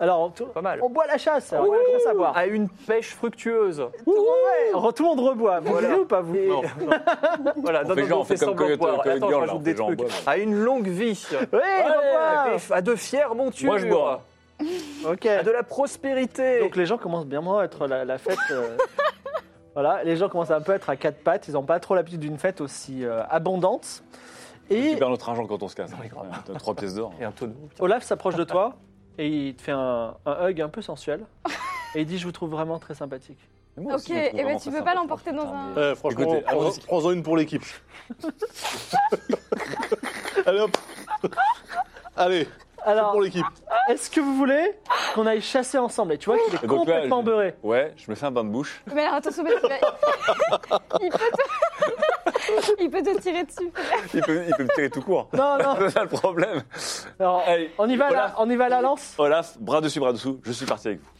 A: Alors, on, tou-
E: pas mal, Ah,
A: on boit la chasse, alors, on boit la chasse à boire.
E: à une pêche fructueuse.
A: Tout, le monde- ouais, tout le monde reboit. Vous
E: Voilà.
A: buvez ou pas vous
E: Et-
D: Non.
E: voilà,
D: On
E: non,
D: fait
E: non,
D: genre,
E: non,
D: on fait comme
E: semblant de
D: Coyote-
E: boire.
D: Coyote
E: Attends, je
D: Girl, là,
E: rajoute
D: on
E: des
D: fait genre, on
E: trucs.
D: boit, mais-
E: À une longue vie.
A: Oui,
E: à,
A: on
E: des- à de fières montures.
D: Moi, je bois.
A: boit. Ok.
E: À de la prospérité.
A: Donc les gens commencent bien moins à être la, la fête. euh, voilà, les gens commencent un peu à être à quatre pattes. Ils n'ont pas trop l'habitude d'une fête aussi euh, abondante.
D: Tu
A: Et
D: perds notre argent quand on se casse.
E: Oui, grave.
D: Ouais, T'as trois pièces d'or.
E: Et un tonneau. putain.
A: Olaf s'approche de toi et il te fait un, un hug un peu sensuel. Et il dit Je vous trouve vraiment très sympathique.
D: Mais moi aussi,
F: Ok,
D: je me Euh, trouve
F: eh ben,
D: vraiment
F: tu
D: très
F: peux pas
D: sympa,
F: l'emporter
D: putain,
F: dans un-
D: mais-
C: Ouais, Eh, franchement,
D: Écoutez,
C: prends-
D: allons-y.
C: prends-en une
F: (laughs)
C: pour l'équipe. Allez hop. Allez, c'est
A: Alors,
C: pour l'équipe.
A: est-ce que vous voulez qu'on aille chasser ensemble Et tu vois qu'il est
D: Et donc là,
A: complètement
D: je-
A: beurré.
D: Ouais, je me fais un bain de
F: (laughs)
D: bouche.
F: Mais alors attention, parce qu'il va- il, peut te... (laughs) il peut te tirer dessus.
D: Il peut, il peut me tirer tout court.
A: Non, non.
D: (laughs) C'est ça le problème.
A: Alors,
D: Allez,
A: on y va,
D: Olaf.
A: là, on y va à la lance.
D: Olaf, bras dessus, bras dessous, je suis parti avec vous.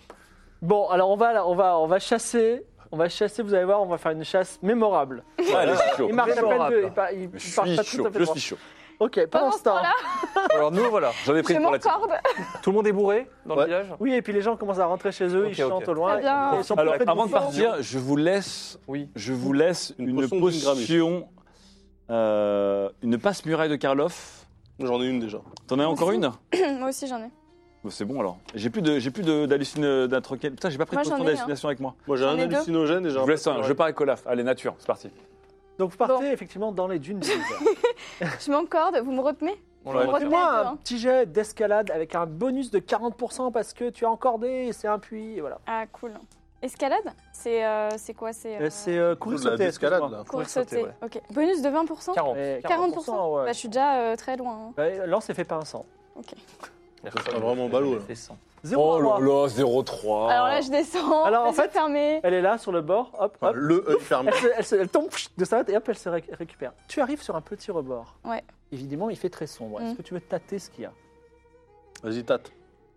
A: Bon, alors on va, là, on va, on va chasser. On va chasser. Vous allez voir, on va faire une chasse mémorable.
D: Allez, je suis chaud.
A: Il marche à peine
E: Mémorable.
A: de, il, par- il
D: Je
A: part
D: suis
A: pas tout
D: chaud,
A: à fait
D: je
A: droit.
D: suis chaud.
A: Ok, pendant ce temps.
E: Alors nous, voilà.
D: J'en ai pris
F: Je
D: une pour la team.
F: m'encorde. (coughs)
E: Tout le monde est bourré dans
C: Ouais.
E: le village
A: Oui, et puis les gens commencent à rentrer chez eux,
E: Ok,
A: ils chantent
E: ok.
A: au loin.
F: Très bien.
A: et Ils sont
D: Alors,
A: pleins
D: avant de
A: bouffe.
D: partir, je vous laisse,
E: Oui.
D: je vous laisse
C: Une
D: euh, une,
C: potion
D: potion, euh, une passe muraille de Karloff.
C: J'en ai une déjà.
D: T'en as encore une
F: Moi aussi, j'en ai.
D: Bon, C'est bon alors. J'ai plus de, j'ai plus de- d'hallucin- d'un troquet. Putain, j'ai pas pris
F: Moi,
D: de
F: j'en
D: potion
F: ai un.
D: d'hallucination avec moi.
C: Moi j'ai
F: J'en
C: un
F: ai deux.
C: hallucinogène et
D: Je
C: j'ai
D: vous
C: un.
D: laisse un.
C: papier
D: Je pars avec Olaf. Allez, nature, c'est parti.
A: Donc vous partez effectivement dans les
F: (laughs)
A: dunes.
F: Je m'encorde, vous me retenez
E: On
D: Ouais.
E: l'a
F: Moi,
E: repéré.
A: Fais-moi
F: un peu,
A: un
F: hein.
A: petit jet d'escalade avec un bonus de 40% parce que tu as encordé, et c'est un puits. et Voilà.
F: Ah, cool. Escalade C'est euh, c'est quoi C'est euh,
A: Euh, C'est euh, courir
C: de la
A: sauter.
C: d'escalade,
A: excuse-moi.
C: là.
F: courir
E: sauter,
F: sauter.
E: ouais.
F: Ok. Bonus de 20%
E: 40.
A: Ouais,
F: 40%,
A: ouais.
F: Bah, Je suis déjà euh, très loin. hein.
A: Ouais, Lance est fait pas un sang.
C: Ça sera vraiment ballot, là.
E: Fait cent.
A: Zéro à moi.
D: Oh là, 0,3.
F: Alors là, je descends.
A: Oh. Alors, en
F: les yeux
A: fait-
F: fermés.
A: Elle est là sur le bord, hop,
C: Enfin,
A: hop.
C: le œil fermé.
A: Elle, se- elle se- elle tombe pfft, de sa tête et hop, elle se ré- récupère. Tu arrives sur un petit rebord.
F: Ouais.
A: Évidemment, il fait très sombre. Est-ce
F: Mm.
A: que tu veux tâter ce qu'il y a
C: (laughs) Vas-y, tâte.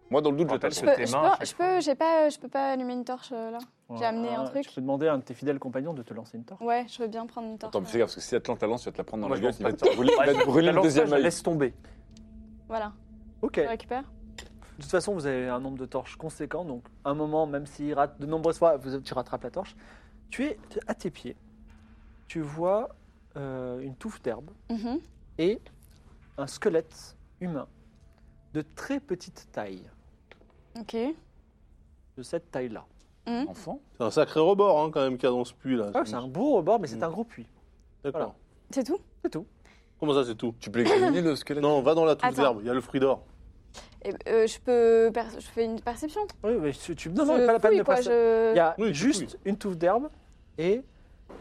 D: Moi, dans le doute, je
E: Rappelle
D: tâte.
F: Je
E: que
F: peux,
E: tes
F: je
E: mains, à
F: peux,
E: chaque
F: je
E: fois.
F: peux, j'ai pas, je peux pas allumer une torche euh, là. J'ai amené un truc.
A: Tu peux demander à un de tes fidèles compagnons de te lancer une torche.
F: Ouais, je veux bien prendre une torche.
D: Attends, mais fais gaffe, parce que si Atlante la lance, tu vas te la prendre dans
E: Moi,
D: la
E: je lance
D: gueule. Il
E: pas
D: va
E: de
D: te brûler- il va te brûler
E: La
D: le
E: lance,
D: deuxième
E: je la
D: œil.
E: Laisse tomber.
F: Voilà,
A: Ok.
F: je récupère.
A: De toute façon, vous avez un nombre de torches conséquent, donc un moment, même s'il rate de nombreuses fois, vous, tu rattrapes la torche. Tu es à tes pieds. Tu vois euh, une touffe d'herbe
F: Mhm.
A: et un squelette humain de très petite taille,
F: Ok.
A: de cette taille-là.
D: Enfant
C: C'est un sacré rebord hein, quand même qu'il y a dans ce puits là.
A: Ah, c'est un beau rebord, mais c'est
C: Mm.
A: un gros puits.
C: D'accord.
A: voilà.
F: C'est tout
A: C'est tout.
C: Comment ça, c'est tout
D: Tu peux examiner le squelette
C: Non, va dans la touffe
F: Attends.
C: d'herbe, il y a le fruit d'or.
F: Et, euh, je peux, per- je fais une perception.
A: Oui, mais tu, tu- non, non,
F: Je
A: pas la peine
F: fouille,
A: de
F: quoi,
A: passer.
F: je-
A: Il y a
C: Oui, tu
A: juste une touffe d'herbe et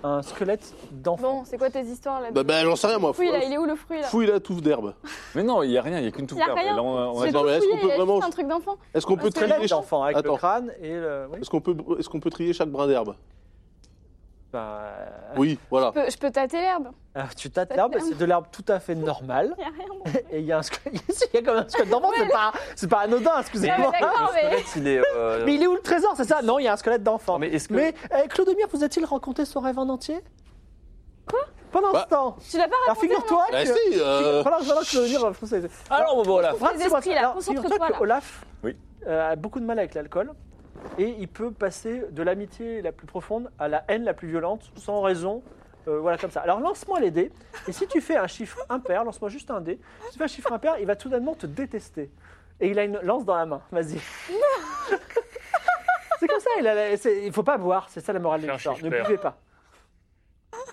A: un squelette d'enfant.
F: Bon, c'est quoi tes histoires là
C: Bah, bah j'en sais rien moi.
F: Fruit, là, il est où le fruit là
C: Fouille la touffe d'herbe.
D: Mais non, il n'y a rien, il n'y a qu'une touffe
F: Il y a
D: d'herbe.
F: rien.
D: Là, on- on a-
F: J'ai
C: non,
F: tout
C: Ah, mais est-ce
F: fouillé,
C: qu'on
F: il
C: peut
F: y a
C: vraiment-
F: juste un truc d'enfant.
C: Est-ce qu'on peut
F: Parce que là,
C: trier
A: Squelette
C: chaque...
A: d'enfant avec
C: Attends.
A: le crâne et le. oui.
C: Est-ce qu'on peut est-ce qu'on peut trier chaque brin d'herbe
A: ben, euh,
C: Oui, voilà.
F: Je peux, je peux tâter l'herbe
A: euh, tu tâtes l'herbe, c'est de l'herbe tout à fait normale.
F: Il n'y a rien. Bon.
A: Et il y a un squelette, (laughs) il y a quand même un squelette d'enfant, c'est pas, c'est pas anodin,
F: Non,
A: excusez-moi.
F: mais Ah, d'accord,
E: Le
F: (laughs) mais.
E: squelette, il est. euh,
A: Mais il est où le trésor, c'est ça Non, il y a un squelette d'enfant.
E: non, mais est-ce que.
A: Mais euh, Clodomir, vous a-t-il raconté son rêve en entier Quoi Pendant
C: Bah,
A: ce temps
F: Tu l'as pas
A: Alors
F: raconté Ah, non
A: figure-toi
C: Bah,
A: que.
C: si, euh,
A: Pendant pendant que Clodomir. je pense que c'est-
D: Alors, bon, voilà.
F: Les
A: Racontez-moi
F: esprits,
A: ça.
F: là,
A: Alors,
F: concentre-toi,
A: figure-toi
F: là.
A: que Olaf
D: Oui.
A: euh, a beaucoup de mal avec l'alcool. Et il peut passer de l'amitié la plus profonde à la haine la plus violente, sans raison. euh, voilà, comme ça. Alors lance-moi les dés. Et si tu fais un chiffre impair, lance-moi juste un dé. Si tu fais un chiffre impair, il va tout soudainement te détester. Et il a une lance dans la main. Vas-y. (laughs) c'est comme ça. Il, a la- c'est- il faut pas boire. C'est ça la morale de
G: Fais un
A: l'histoire. Ne
G: chiffre impair.
A: buvez pas.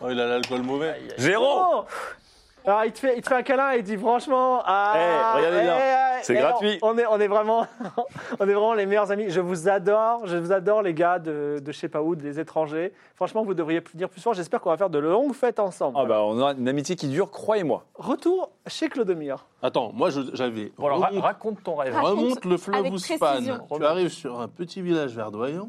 C: oh, il a l'alcool mauvais.
D: Géron
A: Oh Alors il te, fait, il te fait un câlin et il dit franchement, ah,
D: Eh, regardez bien.
A: eh,
D: C'est
A: eh,
D: gratuit.
A: On, on est, on est vraiment, (laughs) on est vraiment les meilleurs amis. Je vous adore, je vous adore les gars de, de je sais pas où, des étrangers. Franchement, vous devriez venir plus souvent. J'espère qu'on va faire de longues fêtes ensemble.
D: Ah bah on a une amitié qui dure, croyez-moi.
A: Retour chez Clodomir.
C: Attends, moi je- j'avais.
E: Bon, alors, ra-
C: remonte-
E: raconte ton rêve.
F: Raconte
C: Remonte le fleuve
F: avec
C: Ouspan.
F: précision.
C: Tu arrives sur un petit village verdoyant.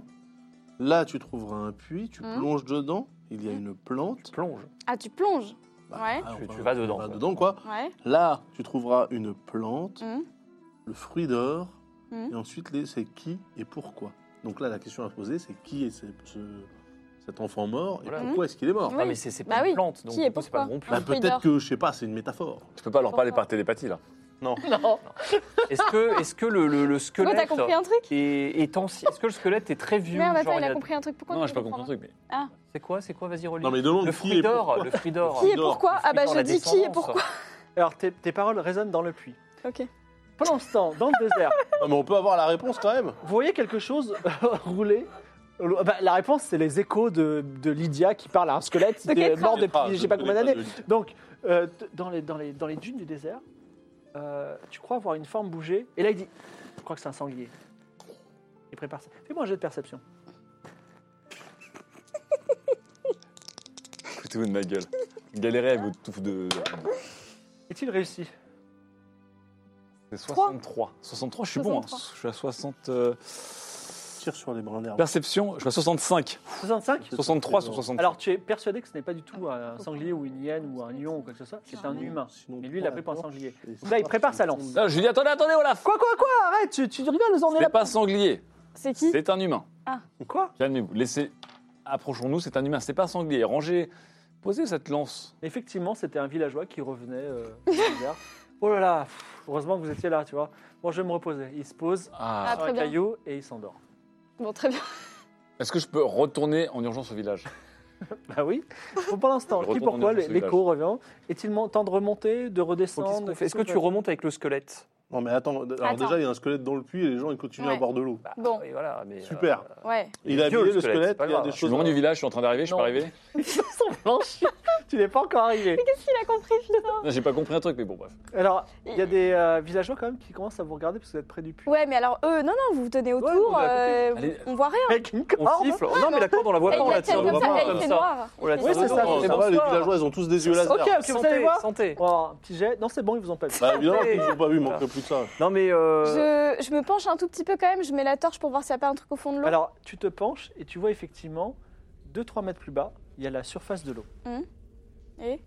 C: Là, tu trouveras un puits, tu
F: Hmm.
C: plonges dedans. Il y a une plante.
E: Plonge.
F: Ah, tu plonges Ouais.
C: ah,
E: Tu-
C: enfin,
E: tu vas dedans,
C: tu
E: quoi.
C: dedans, quoi.
F: Ouais.
C: Là, tu trouveras une plante,
F: Hum.
C: le fruit d'or,
F: Hmm.
C: et ensuite, les- c'est qui et pourquoi. Donc là, la question à se poser, c'est qui est ce- ce- cet enfant mort et
E: Voilà.
C: pourquoi est-ce qu'il est mort
F: Oui.
E: Non, mais c'est c'est pas
F: Bah
E: une
F: oui.
E: plante. Donc,
F: Qui et
E: du coup, c'est pas
F: pourquoi
E: le bon plan.
C: Bah,
F: Un fruit
C: Peut-être
F: d'or.
C: que, je sais pas, c'est une métaphore.
D: Tu peux pas leur parler
F: Pourquoi
D: par télépathie là. (laughs)
E: Est-ce que, est que le,
F: (laughs)
E: le, le
F: Pourquoi
E: squelette
F: t'as compris un truc
E: est, est ancien Est-ce que le squelette est très vieux
F: Merde,
E: genre,
F: attends, il
E: il y
F: a
E: a-
F: compris un truc. Pourquoi
D: non,
F: tu
D: j'ai pas
F: comprends
D: compris le truc. Mais...
E: C'est quoi C'est quoi Vas-y, relis.
C: Non, mais demande
E: Le
C: qui
E: fruit
C: et
E: d'or,
C: pourquoi.
E: le fruit d'or.
F: Qui et
C: d'or.
F: pourquoi Ah,
E: Le
F: bah
E: fruit d'or,
F: je
E: la
F: dis qui et
E: descendance.
F: pourquoi
A: Alors tes, tes paroles résonnent dans le puits.
F: Ok.
A: Pendant ce temps, dans le (laughs) désert,
C: Non, mais on peut avoir la réponse quand même.
A: vous voyez quelque chose (laughs) rouler. Bah, la réponse, c'est les échos de, de Lydia qui parle à un squelette
F: De
A: qui est
F: Kétra.
A: mort depuis
C: Ah,
A: je
C: je
A: sais pas
C: ne
A: combien
C: connais
A: d'années.
C: pas de-
A: Donc, euh, t- dans, les, dans, les, dans les dunes du désert, euh, tu crois voir une forme bouger. Et là, il dit Je crois que c'est un sanglier. Il prépare ça. Fais-moi un jeu de perception.
D: Foutez-vous de ma gueule. Galérez à vous tout de.
A: Est-il réussi
D: C'est 63. 63, je suis bon. hein.
F: 63.
D: Je suis à 60. euh,
C: Tire sur les brins d'herbe.
D: Perception, je suis à 65.
A: 65
D: 63 sur 65.
A: Alors, tu es persuadé que ce n'est pas du tout un sanglier ou une hyène ou un lion ou quelque chose comme ça, c'est un humain. Ah,
C: Sinon,
A: Mais lui, il a pris pour un
C: prends la
A: sanglier.
C: planche et
A: Là, il prépare sa lance.
D: Ah, je lui dis attendez, attendez, Olaf
A: Quoi, quoi, quoi Arrête, tu, tu rigoles, on
D: Ce
A: est
D: n'est
A: là.
D: pas sanglier,
F: C'est qui
D: c'est un humain.
A: Quoi
D: Calmez-vous, laissez. Approchons-nous, c'est un humain, c'est pas sanglier. Rangez, posez cette lance.
A: Effectivement, c'était un villageois qui revenait euh, (laughs) du désert. Oh là là, pff, heureusement que vous étiez là, tu vois. Bon, je vais me reposer. Il se pose
D: Ah.
F: Ah.
A: sur
F: très
A: un
F: bien.
A: caillou et il s'endort.
F: Bon, très bien.
D: Est-ce que je peux retourner en urgence au village
A: Bah oui. Bon, pendant ce temps,
D: Je
A: qui
D: retourne
A: pourquoi
D: dans ce
A: l'écho revient Est-il mon- temps de remonter, de
E: Donc, qu'est-ce
A: redescendre
E: qu'on fait Est-ce que tu remontes avec le squelette
C: Non, mais attends, alors
F: Attends.
C: déjà, il y a un squelette dans le puits et les gens, ils continuent
F: Ouais.
C: à boire de l'eau.
F: Bon.
E: Et voilà, mais, euh,
C: Super.
F: Ouais.
C: Il a
E: vieux,
C: violé
E: le
C: le
E: squelette,
C: squelette,
E: c'est pas
C: il y a
E: grave.
C: des
D: Je suis
C: choses.
D: loin du village, je suis en train d'arriver, je suis pas
A: Non.
D: arrivé.
A: (laughs) Ils sont blanchis. tu n'es pas encore arrivé.
F: Il a compris, putain.
D: Non, J'ai pas compris un truc, mais bon, bref.
A: Alors, il y a des euh, villageois quand même qui commencenent à vous regarder parce que vous êtes près du puits.
F: Ouais, mais alors, eux, non, non, vous vous tenez
A: Ouais,
F: autour,
A: vous avez
F: euh,
D: Allez.
F: on voit rien.
A: Avec une
E: On
A: corde.
E: siffle. Non, mais la corde, on la voit
F: Elle,
E: pas, on
F: il la
E: la
F: tient
E: tire
F: comme ça,
C: vraiment
F: elle,
C: comme
F: c'est
C: ça.
F: noir.
E: On la
F: Et
E: tire
A: Oui, c'est
E: dedans.
A: ça,
C: Non,
A: c'est
C: ça va,
A: bonsoir.
C: les villageois, ils ont tous des yeux laser.
A: Ok, ok, vous allez
E: Santé,
A: voir.
E: santé.
A: Oh, un petit jet. Non, c'est bon, ils vous ont pas vu.
C: Bah, évidemment qu'ils n'ont pas vu, il manquerait plus de ça.
E: Non, mais. euh,
F: Je, je me penche un tout petit peu quand même, je mets la torche pour voir s'il n'y a pas un truc au fond
E: Bah.
F: de l'eau.
A: Alors, tu te penches et tu vois effectivement 2-3 mètres plus bas, il y a la surface de l'eau.
F: Et Eh,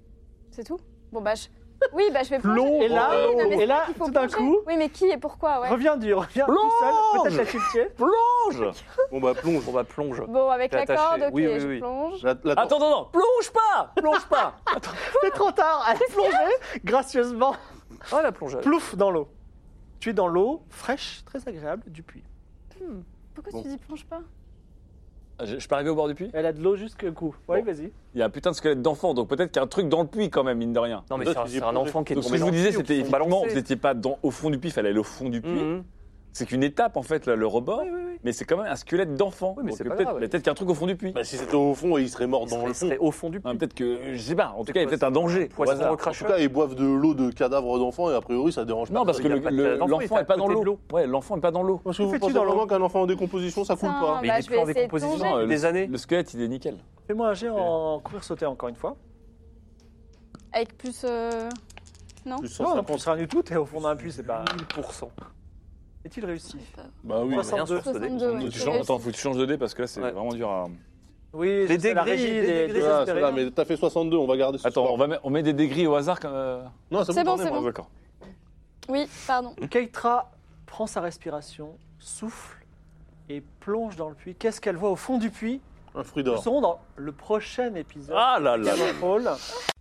F: c'est tout Bon, bah, je... Oui, bah, je vais plonger.
A: L'eau, et là,
F: Oui, non, mais
A: euh, et là
F: il faut
A: tout d'un
F: plonger.
A: coup,
F: Oui, mais qui et pourquoi ouais.
A: reviens du, reviens tout seul, peut-être
D: Plonge
F: (laughs)
A: la culture.
D: Plonge
C: Bon, bah, plonge.
E: On va plonge.
F: Bon, avec
E: T'es
F: la
E: attaché.
F: corde, ok,
E: Oui, oui,
F: je
E: oui.
F: plonge.
C: La- la-
D: Attends, attends, attends, plonge pas Plonge pas
A: C'est trop tard, elle est plongée gracieusement,
E: Oh, la plongeade.
A: plouf, dans l'eau. Tu es dans l'eau fraîche, très agréable du puits.
F: Pourquoi
C: Bon.
F: tu dis plonge pas
D: Ah, Je je peux arriver au bord du puits
A: Elle a de l'eau jusqu'au cou. Oui,
D: Bon.
A: vas-y.
D: Il y a un putain de squelette d'enfant, donc peut-être qu'il y a un truc dans le puits quand même, mine de rien.
E: Non, mais
C: Toi,
E: c'est un-
C: tu dis
E: c'est un
C: plongée.
E: enfant qui est
D: Donc ce
E: tombé.
D: que je vous disais, c'était effectivement, vous
E: balancé.
D: n'étiez pas dans- au fond du puits, il fallait aller au fond du puits. C'est qu'une étape en fait, là, le rebord,
E: Mhm. Oui, oui, oui.
D: mais c'est quand même un squelette d'enfant.
E: Oui, mais
D: Donc
E: c'est pas
D: peut-être
E: grave.
D: peut-être qu'il y a un truc au fond du puits.
C: Bah, si c'était au fond, il serait mort
E: Il serait-
C: dans le
E: il
C: fond.
E: serait au fond du
D: Hein,
E: puits.
D: peut-être que, je sais pas, en tout cas, il y a
E: quoi,
D: peut-être un danger. au
E: Poisson
D: hasard.
C: En tout cas, ils boivent de l'eau de cadavres d'enfants et a priori, ça dérange
D: Non,
C: pas.
D: parce que
E: Il y a
D: le-
E: pas de-
D: le-
E: l'enfant,
D: l'enfant
E: il
D: n'est
E: est
D: pas
E: à
D: dans
E: côté de
D: l'eau.
E: l'eau.
D: Ouais, l'enfant n'est pas dans l'eau.
C: Parce que
A: Que
C: vous
A: fais-tu
C: pensez
A: dans l'eau
C: vraiment qu'un enfant en décomposition, ça coule
F: Ça,
C: pas.
E: Mais
F: bah,
E: il est
F: je
E: plus
F: vais
E: en
F: essayer de
E: décomposition.
F: plonger.
D: euh,
E: Des années.
D: Le squelette, il est nickel.
A: Fais-moi un jet en courir-sauter encore une fois.
F: Avec plus. euh, Non
C: Plus
A: Non,
C: 150.
A: non, on sera du tout, t'es au fond d'un puits, c'est pas...
E: 1000%.
A: Est-il réussi
C: Bah oui, mais-
A: 62.
E: sur ce dé.
F: 62, ouais.
D: Faut
C: Bah Ah,
D: que tu
F: C'est
D: changes-
F: réussi.
D: attends, faut que tu changes de dé parce que là, c'est
E: Ouais.
D: vraiment dur à.
A: Oui,
E: Les
A: je sais, la
E: dégris,
A: régie
E: les
A: des-
E: dégris,
A: des-
C: Voilà,
E: Désespéré.
C: c'est là, mais t'as fait 62, on va garder ce
D: Attends,
C: score.
D: on, va met- on met des degrés au hasard. quand- euh,
C: Non,
F: C'est bon,
C: pardon,
F: c'est
C: moi.
D: bon, D'accord.
F: Oui, pardon.
A: Keitra prend sa respiration, souffle et plonge dans le puits. Qu'est-ce qu'elle voit au fond du puits
C: Un fruit
A: Nous
C: d'or.
A: serons dans le prochain épisode.
D: Ah là
A: de
D: là là.
A: Game of Thrones.